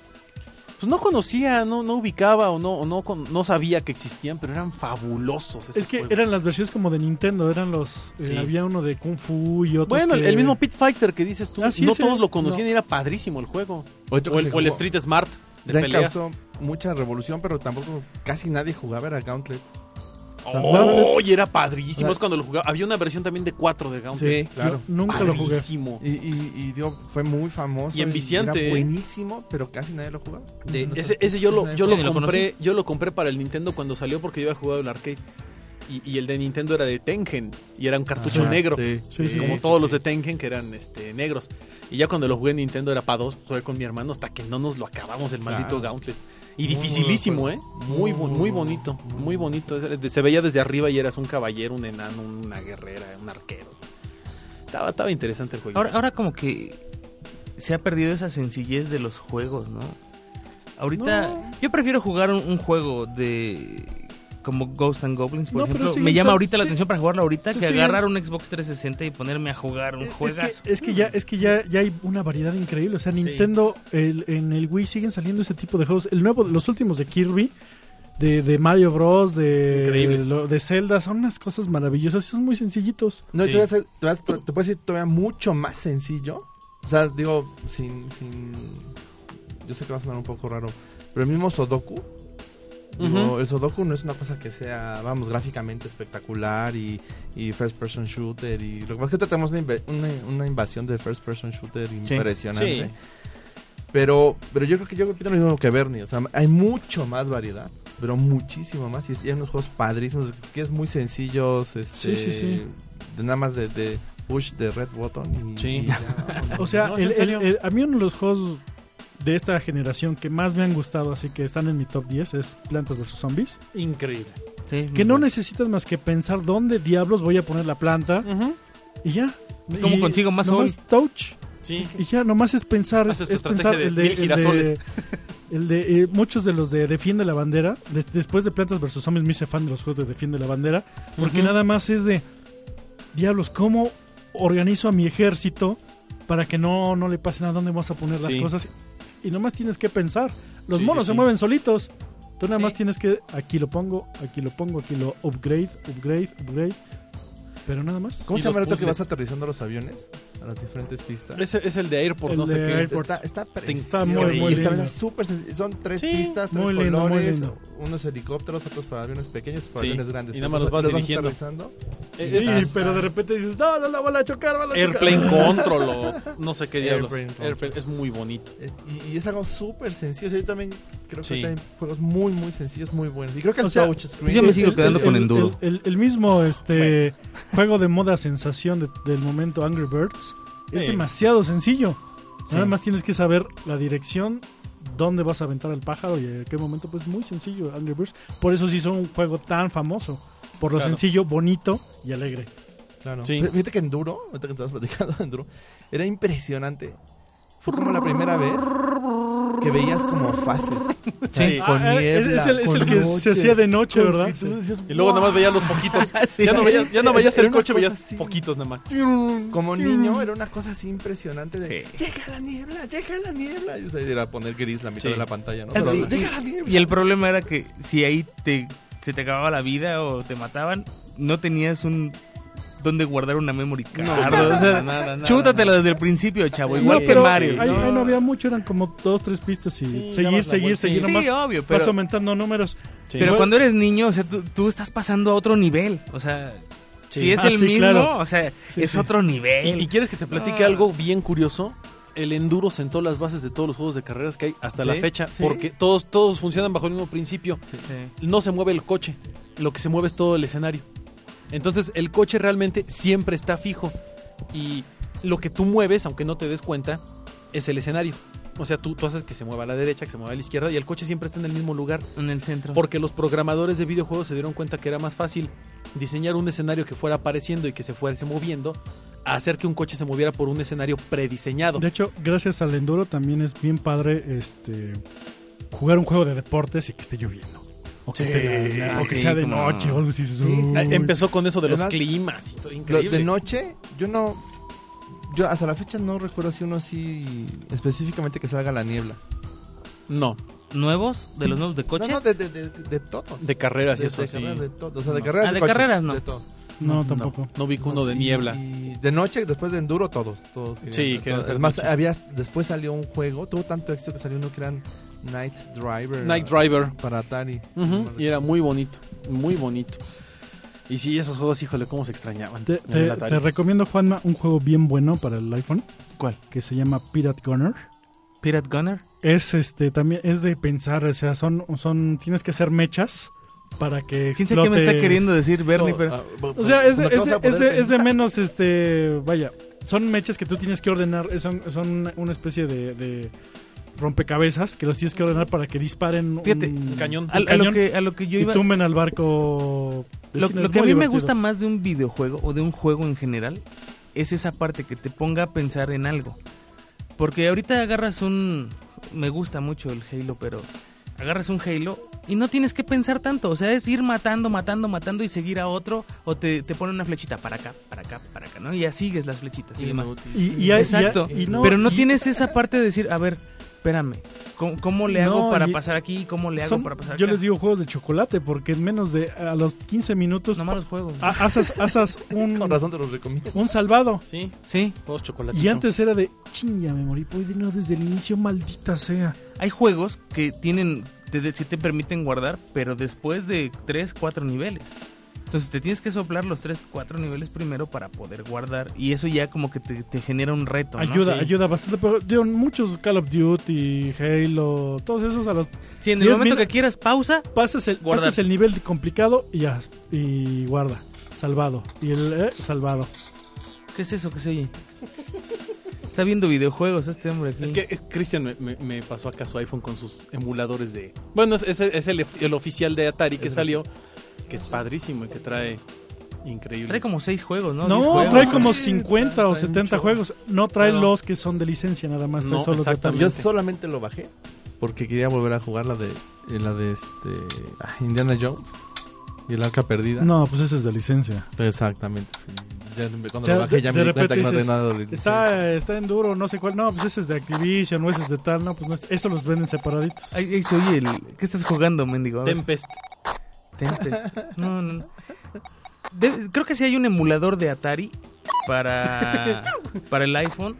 Pues no conocía, no, no ubicaba o no, o no, con- no sabía que existían, pero eran fabulosos. esos
Es que
juegos.
eran las versiones como de Nintendo. Eran los. eh,
Sí.
había uno de Kung Fu y otro.
Bueno, el- el mismo Pit Fighter que dices tú,
Ah, sí,
no
ese-
todos lo conocían y era padrísimo el juego.
Otro
O
que
el,
se
o el
jugó-
Street Smart de
Dan
peleas.
causó mucha revolución, pero tampoco casi nadie jugaba era Gauntlet.
¡Oh! y era padrísimo.
Ajá.
Es cuando lo jugaba. Había una versión también de 4 de Gauntlet.
Sí, claro.
Nunca lo jugué.
Padrísimo.
Y, y, y dio, fue muy famoso.
Y enviciante,
era
¿eh?
buenísimo, pero casi nadie lo jugaba.
De-
No sé
ese,
por
ese
qué
yo lo,
nadie
yo
jugaba.
lo
¿Ni lo
compré, yo lo compré para el Nintendo cuando salió porque yo había jugado el arcade. Y, y el de Nintendo era de Tengen y era un cartucho
Ajá,
negro.
Sí,
Sí, sí,
como
sí,
todos los de Tengen que eran este, negros. Y ya cuando lo jugué en Nintendo era para dos, jugué con mi hermano hasta que no nos lo acabamos el
Claro.
maldito Gauntlet. Y
Muy
dificilísimo,
buen
¿eh?
juego.
Muy, bu- muy
Muy
bonito,
bueno.
muy bonito. Es- de- Se veía desde arriba y eras un caballero, un enano, una guerrera, un arquero. Estaba, estaba interesante el juego.
Ahora, ahora como que se ha perdido esa sencillez de los juegos, ¿no? Ahorita yo prefiero jugar un, un juego de como Ghost and Goblins, por
No, pero
ejemplo.
siguen
Me llama
sal-
ahorita la
sí.
atención para jugarlo ahorita
Sí,
que
siguen.
agarrar un Xbox 360 y ponerme a jugar un
Es
juegazo.
que, es que ya, es que ya, ya hay una variedad increíble. O sea, Nintendo el- en el Wii siguen saliendo ese tipo de juegos. El nuevo, los últimos de Kirby, de, de Mario Bros, de,
Increíbles.
lo- de Zelda, son unas cosas maravillosas. y Son muy sencillitos.
No,
Sí.
todavía se- todavía- to- te puedes decir todavía mucho más sencillo. O sea, digo, sin, sin... Yo sé que va a sonar un poco raro, pero el mismo Sudoku... digo,
Ujú.
el Sudoku no es una cosa que sea, vamos, gráficamente espectacular y, y first person shooter. y Lo que pasa es que tratamos una, inve- una, una invasión de first person shooter impresionante.
Sí.
Pero, pero yo creo que yo repito lo mismo que Bernie. O sea, hay mucho más variedad, pero muchísimo más. Y es- y hay unos juegos padrísimos, que es muy sencillos. Este,
Sí, sí, sí.
de nada más de, de push de red button. Y,
Sí.
y ya, vámonos.
O sea,
No, es
el-
en serio.
el- el- a mí uno de los juegos de esta generación que más me han gustado, así que están en mi top 10, es Plantas vs. Zombies.
Increíble.
Sí,
Que no
muy
necesitas más que pensar dónde diablos voy a poner la planta
Ujú.
y ya.
¿Cómo
Y
consigo más
nomás touch.
Sí.
Y ya, nomás es pensar.
Haces tu
es
estrategia
pensar
de mil girasoles.
el de, eh, muchos de los de Defiende la Bandera. de- después de Plantas vs. Zombies, me hice fan de los juegos de Defiende la Bandera. Porque
Ujú.
nada más es de. Diablos, ¿cómo organizo a mi ejército para que no, no le pasen a dónde vas a poner las
Sí.
cosas? Y nomás tienes que pensar. Los
Sí,
monos
sí,
se
sí.
mueven solitos. Tú nada
Sí.
más tienes que. Aquí lo pongo, aquí lo pongo, aquí lo upgrade, upgrade, upgrade. Pero nada más.
¿Cómo
y
se llama
los
el otro que
puzzles.
vas aterrizando los aviones a las diferentes pistas?
Ese es el de Airport,
El
no sé
de
qué.
Airport.
Este Está, está
Está muy,
precioso.
muy
Y está
lindo.
súper sencillo. Son tres
Sí,
pistas, tres
muy lindo, muy
colores,
lindo.
unos helicópteros, otros para aviones pequeños, para
Sí,
aviones grandes.
y nada más los vas dirigiendo.
aterrizando.
Eh,
Sí,
es-
pero de repente dices, no, no, la van a chocar, van a chocar.
Airplane Control o no sé qué diablos.
Airplane Control.
Airplane- es muy bonito.
Eh, Y, y es algo súper sencillo. O sea, yo también creo que
Sí.
hay juegos muy, muy sencillos, muy buenos. Y creo que el
O sea,
touch screen.
yo me sigo quedando con Enduro.
El, el- el mismo este juego de moda sensación de- del momento, Angry Birds, es
Sí.
demasiado sencillo. Nada
Sí.
más tienes que saber la dirección, dónde vas a aventar al pájaro y en qué momento. Pues muy sencillo, Angry Birds. Por eso se hizo un juego tan famoso. Por lo
Claro.
sencillo, bonito y alegre.
Claro.
Sí.
Fí- Fíjate que Enduro, ahorita que estabas platicando de Enduro, era impresionante. Fue como la primera vez que veías como fases. O sea,
Sí.
con
Ah, eh, es-
niebla,
es el, es
con
el que se
noche.
hacía de noche,
Con-
¿verdad?
y tú decías,
Y luego nada más veías los foquitos.
Ah, Sí.
Ya no veías, ya no veías
Era
el
una
coche,
cosa
veías
así.
foquitos nada más.
Como niño era una cosa así impresionante de
Sí.
llega la niebla, llega la niebla. Y o sea, era poner gris la mitad
Sí.
de la pantalla, ¿no?
Ah, sí.
llega la niebla.
Y el problema era que si ahí te, se te acababa la vida o te mataban, no tenías un donde guardar una memory card. o sea, chútatelo desde el principio, chavo.
No,
Igual que
pero
Mario.
Ahí,
¿no?
ahí no había mucho, eran como dos, tres pistas y
Sí,
seguir,
dabas la
seguir,
vuelta.
seguir.
Sí,
nomás
obvio,
vas
pero,
aumentando números.
Sí.
pero
Igual-
cuando eres niño, o sea, tú, tú estás pasando a otro nivel. O sea,
Sí.
si es
Ah,
el
sí,
mismo,
claro.
o sea,
Sí,
es
sí.
otro
¿Y,
nivel.
y quieres que te platique
Ah.
algo bien curioso? El enduro sentó las bases de todos los juegos de carreras que hay hasta la
Sí,
fecha,
sí.
porque todos, todos funcionan bajo el mismo principio.
Sí.
No se mueve el coche, lo que se mueve es todo el escenario. Entonces el coche realmente siempre está fijo y lo que tú mueves, aunque no te des cuenta, es el escenario. O sea, tú, tú haces que se mueva a la derecha, que se mueva a la izquierda y el coche siempre está en el mismo lugar.
En el centro.
Porque los programadores de videojuegos se dieron cuenta que era más fácil diseñar un escenario que fuera apareciendo y que se fuese moviendo a hacer que un coche se moviera por un escenario prediseñado.
De hecho, gracias al enduro también es bien padre este jugar un juego de deportes y que esté lloviendo. O que,
Sí.
este,
esté la- la-
Ah,
o que
sí,
sea de
cómo
noche
no.
o algo así. dices,
Sí, sí.
"Uy".
Eh, Empezó con eso de los
Además,
climas. y todo,
Lo-
increíble.
de noche, yo no. Yo hasta la fecha no recuerdo si uno así específicamente que salga la niebla.
no,
¿Nuevos? ¿De los nuevos de coches?
No, no, de, de, de, de todo.
de carreras y
de, este,
eso
de
sí.
carreras de todo. O sea, de
No.
carreras
Ah, de
coches,
carreras, no.
De todo.
No, tampoco.
No vi que uno de
Y-
niebla.
Y de noche, después de Enduro, todos. todos querían-
Sí, querían
todos.
hacer
Además,
noche.
había, después salió un juego, tuvo tanto éxito que salió uno que eran Night Driver.
Night Driver.
Para Atari.
Ujú, Y era muy bonito, muy bonito. Y sí, esos juegos, híjole, cómo se extrañaban.
Te,
En el
te-
Atari.
te recomiendo, Juanma, un juego bien bueno para el iPhone. ¿Cuál? Que se llama Pirate Gunner.
Pirate Gunner.
Es este también es de pensar, o sea, son son tienes que hacer mechas para que
¿Quién sabe qué me está
explote-
queriendo decir Bernie?
No,
pero...
ah, bu-
O sea, es,
no te
es-
vas a
es-
poder
es- es de
pensar.
menos, este, vaya, son mechas que tú tienes que ordenar, eh, son, son una especie de, de rompecabezas que los tienes que ordenar para que disparen
Fíjate,
un,
un cañón.
un
A, a lo
cañón
que, a lo que yo
y
iba...
tumben al barco.
Lo,
vecino.
lo
Es
que a
muy
mí me
divertido.
gusta más de un videojuego o de un juego en general es esa parte que te ponga a pensar en algo. Porque ahorita agarras un... Me gusta mucho el Halo, pero agarras un Halo Y no tienes que pensar tanto, o sea, es ir matando, matando, matando y seguir a otro, o te, te ponen una flechita para acá, para acá, para acá, ¿no? Y ya sigues las flechitas y demás.
Y, y- y-
Exacto.
y- y no-
Pero no
y-
tienes esa parte de decir, a ver, espérame, ¿cómo, cómo le hago
No,
para
y-
pasar aquí? ¿Cómo le hago
son-
para pasar
Yo
acá?
les digo juegos de chocolate porque en menos de a los 15 minutos
no malos juegos.
ha- haces, haces un,
Con razón te los recomiendo.
un salvado.
Sí,
Sí,
todos chocolatitos.
Y antes era de chinga, me morí. Pues no, desde el inicio, maldita sea.
hay juegos que tienen, te, de- sí te permiten guardar, pero después de 3, 4 niveles. Entonces te tienes que soplar los 3, 4 niveles primero para poder guardar. Y eso ya como que te, te genera un reto. ¿no?
ayuda,
Sí.
ayuda bastante. Pero digo, muchos Call of Duty, Halo, todos esos a los.
Si en el
Diez
momento
minu-
que quieras pausa,
Pasas el,
Guardar.
pasas el nivel complicado y ya. Y guarda. Salvado. Y el eh, salvado.
¿qué es eso que se oye? Está viendo videojuegos este hombre aquí.
Es que eh, Cristian me, me- me pasó acá su iPhone con sus emuladores de. Bueno, es, es- es el, el oficial de Atari que
Es el-
salió, que es padrísimo y que trae increíble.
Trae como 6 juegos, ¿no?
No,
Diez juegos.
trae como
Sí,
50 o
trae
70
mucho.
juegos. No trae
No.
los que son de licencia nada más.
No,
solo
exactamente.
Yo solamente lo bajé porque quería volver a jugar la de eh, la de este ah, Indiana Jones y el arca perdida.
No, pues ese es de licencia.
Exactamente. Ya, cuando
O sea,
lo bajé ya
de-
me
de
di cuenta
repente
que no tenía
dices,
nada de
Está, está en duro, no sé cuál. No, pues ese es de Activision o ese es de tal. No, pues no es- eso los venden separaditos.
Ay, ay, se oye el... ¿Qué estás jugando, mendigo? A ver.
Tempest.
Tempest. No, no, no. De- creo que sí hay un emulador de Atari para, para el iPhone,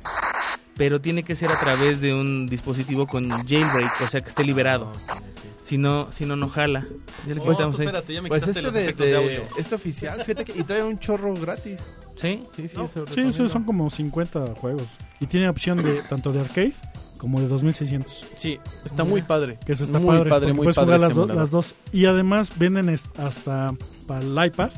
pero tiene que ser a través de un dispositivo con jailbreak, o sea que esté liberado.
Ah,
Si no, si no, no jala. Ya
Oh,
le quitamos ahí.
Oh, ya me
Pues este de, de- este oficial, fíjate que y trae un chorro gratis.
¿Sí?
Sí, sí,
No,
se lo
Sí, sí,
recomiendo.
son como 50 juegos. Y tiene opción de tanto de arcade como de 2600.
Sí, está muy padre.
Que eso está
muy
padre. porque
muy
puedes
padre.
jugar
ese
las, do-
emulador.
las dos. Y además venden es- hasta para el iPad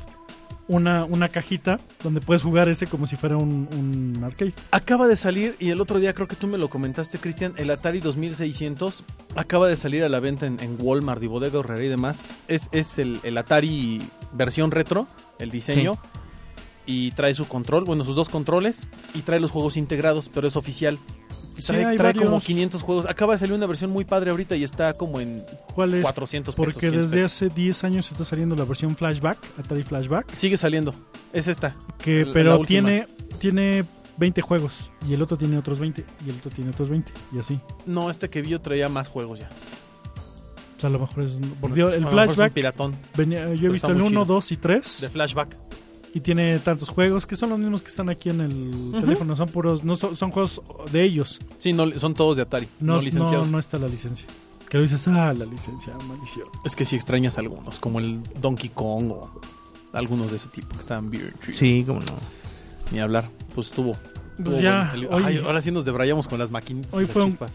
una, una cajita donde puedes jugar ese como si fuera un, un arcade.
Acaba de salir, y el otro día creo que tú me lo comentaste, Cristian, el Atari 2600 acaba de salir a la venta en, en Walmart y Bodega Horrera y demás. Es, es el, el Atari versión retro, el diseño, y trae su control, bueno, sus dos controles, y trae los juegos integrados, pero es oficial. Y
Sí,
trae
hay
trae como
varios.
500 juegos. Acaba de salir una versión muy padre ahorita y está como en
¿Cuál es?
400 pesos.
Porque
500
desde
pesos.
hace 10 años está saliendo la versión Flashback, Atari Flashback,
Sigue saliendo. Es esta.
que
La- la
pero
última.
tiene tiene 20 juegos y el otro tiene otros 20 y el otro tiene otros 20 y así.
No, este que vi yo traía más juegos ya.
O sea, a lo mejor es un- porque digo,
A lo
el
mejor es un
Flashback
piratón
venía- yo
Pero
he
está
visto el
muy
1,
chido.
2 y 3.
de flashback.
y tiene tantos juegos que son los mismos que están aquí en el teléfono. Son puros, no son, son juegos de ellos.
Sí, no, son todos de Atari. No,
No,
licenciados.
no, no está la licencia. Que lo dices, ah, la licencia, maldición.
Es que sí extrañas algunos, como el Donkey Kong o algunos de ese tipo que estaban bien chidos.
Sí, cómo no.
Ni hablar, pues estuvo.
Oh,
estuvo
Pues ya,
bueno.
hoy-
Ay, ahora sí nos debrayamos con las maquinitas. y
hoy
las
fue un-
chispas.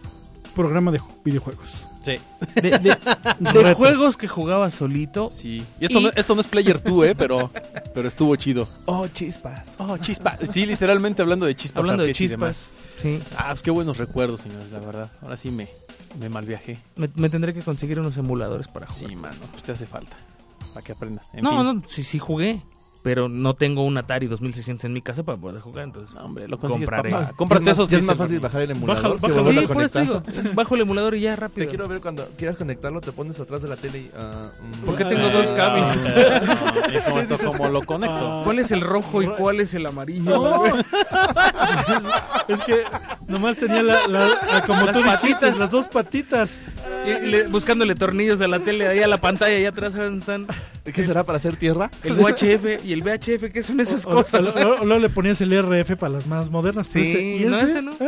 Programa de ju- videojuegos.
Sí,
De, de- de
Reto.
juegos que jugaba solito.
sí. Y esto,
Y-
No, esto no es Player 2, ¿eh? Pero, pero estuvo chido.
Oh, chispas.
Oh, chispa. Sí, literalmente hablando de chispas.
Hablando de
arcades y demás.
chispas. Sí.
Ah, pues qué buenos recuerdos, señores, la verdad. Ahora sí me, me malviajé.
Me, me tendré que conseguir unos emuladores para jugar.
Sí, mano, pues te hace falta. Para que aprendas. En
no,
fin.
no, sí, sí jugué. Pero no tengo un Atari 2600 en mi casa para poder jugar, entonces.
No, hombre, lo consigues,
Compraré.
papá. Cómprate esos
que es
dice
más
el
fácil
Fermín.
bajar el
Bájalo,
emulador. que
bájalo.
volverlo a
Sí, por eso
conectar.
digo, bajo el emulador y ya rápido.
Te quiero ver cuando quieras conectarlo, te pones atrás de la tele y. ah, mm.
¿Por qué tengo dos
Ah,
cables?
no, y como esto, como lo conecto.
Ah.
¿Cuál es el rojo y cuál es el amarillo?
No, es, es que nomás tenía la, la- a como
Las
tú dijiste,
patitas.
las dos patitas.
Y le- buscándole tornillos a la tele, ahí a la pantalla, allá atrás ¿saben dónde están
¿Qué será para hacer tierra?
el UHF y el VHF, ¿qué son esas
O- o-
cosas?
o- o- o luego le ponías el RF para las más modernas. pero
Sí,
este- ¿y
no,
este?
este no.
Ah,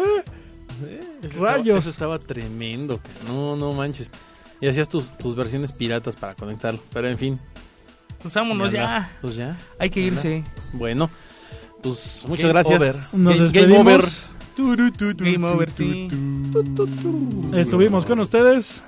Eso
Rayos.
estaba- eso estaba tremendo. cara. No, no manches. Y hacías tus, tus versiones piratas para conectarlo. Pero en fin.
Pues vámonos
ni hablar.
ya,
Pues ya.
hay que irse.
Bueno. Pues
Game
muchas gracias.
over. Nos
Ga-
despedimos.
Turu, tu, tu,
Game
tu,
over,
tu,
sí.
tu.
Estuvimos con ustedes.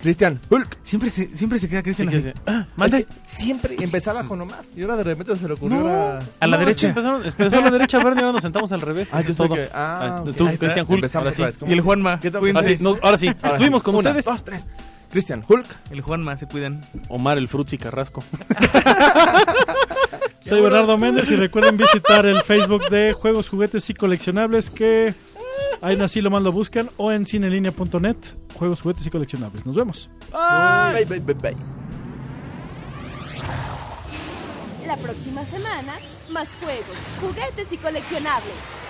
Cristian, Hulk.
Siempre se, siempre se queda
Sí,
Cristian
que
así.
sí. Ah,
Es que siempre empezaba con Omar y ahora de repente se le ocurrió
No.
A la
No,
a.
es que
derecha.
empezaron- empezó a la derecha Bernie, ahora nos sentamos al revés.
Ah,
Eso
yo
es
sé
todo.
que- ah,
Ah,
ok.
tú,
Ahí está.
Cristian Hulk,
Empezamos
ahora sí.
otra vez, ¿cómo?
Y el Juanma,
¿Qué tal?
Ah,
cuídense.
sí, no, ahora sí,
Ahora
estuvimos
sí.
con
Una,
ustedes.
dos, tres. Cristian, Hulk.
El Juanma, se cuidan.
Omar el Frutzi Carrasco.
Soy Bernardo Méndez y recuerden visitar el Facebook de Juegos, Juguetes y Coleccionables que Ahí en así lo más lo buscan o en cinelinea.net, juegos, juguetes y coleccionables. Nos vemos.
Bye, bye, bye, bye.
La próxima semana, más juegos, juguetes y coleccionables.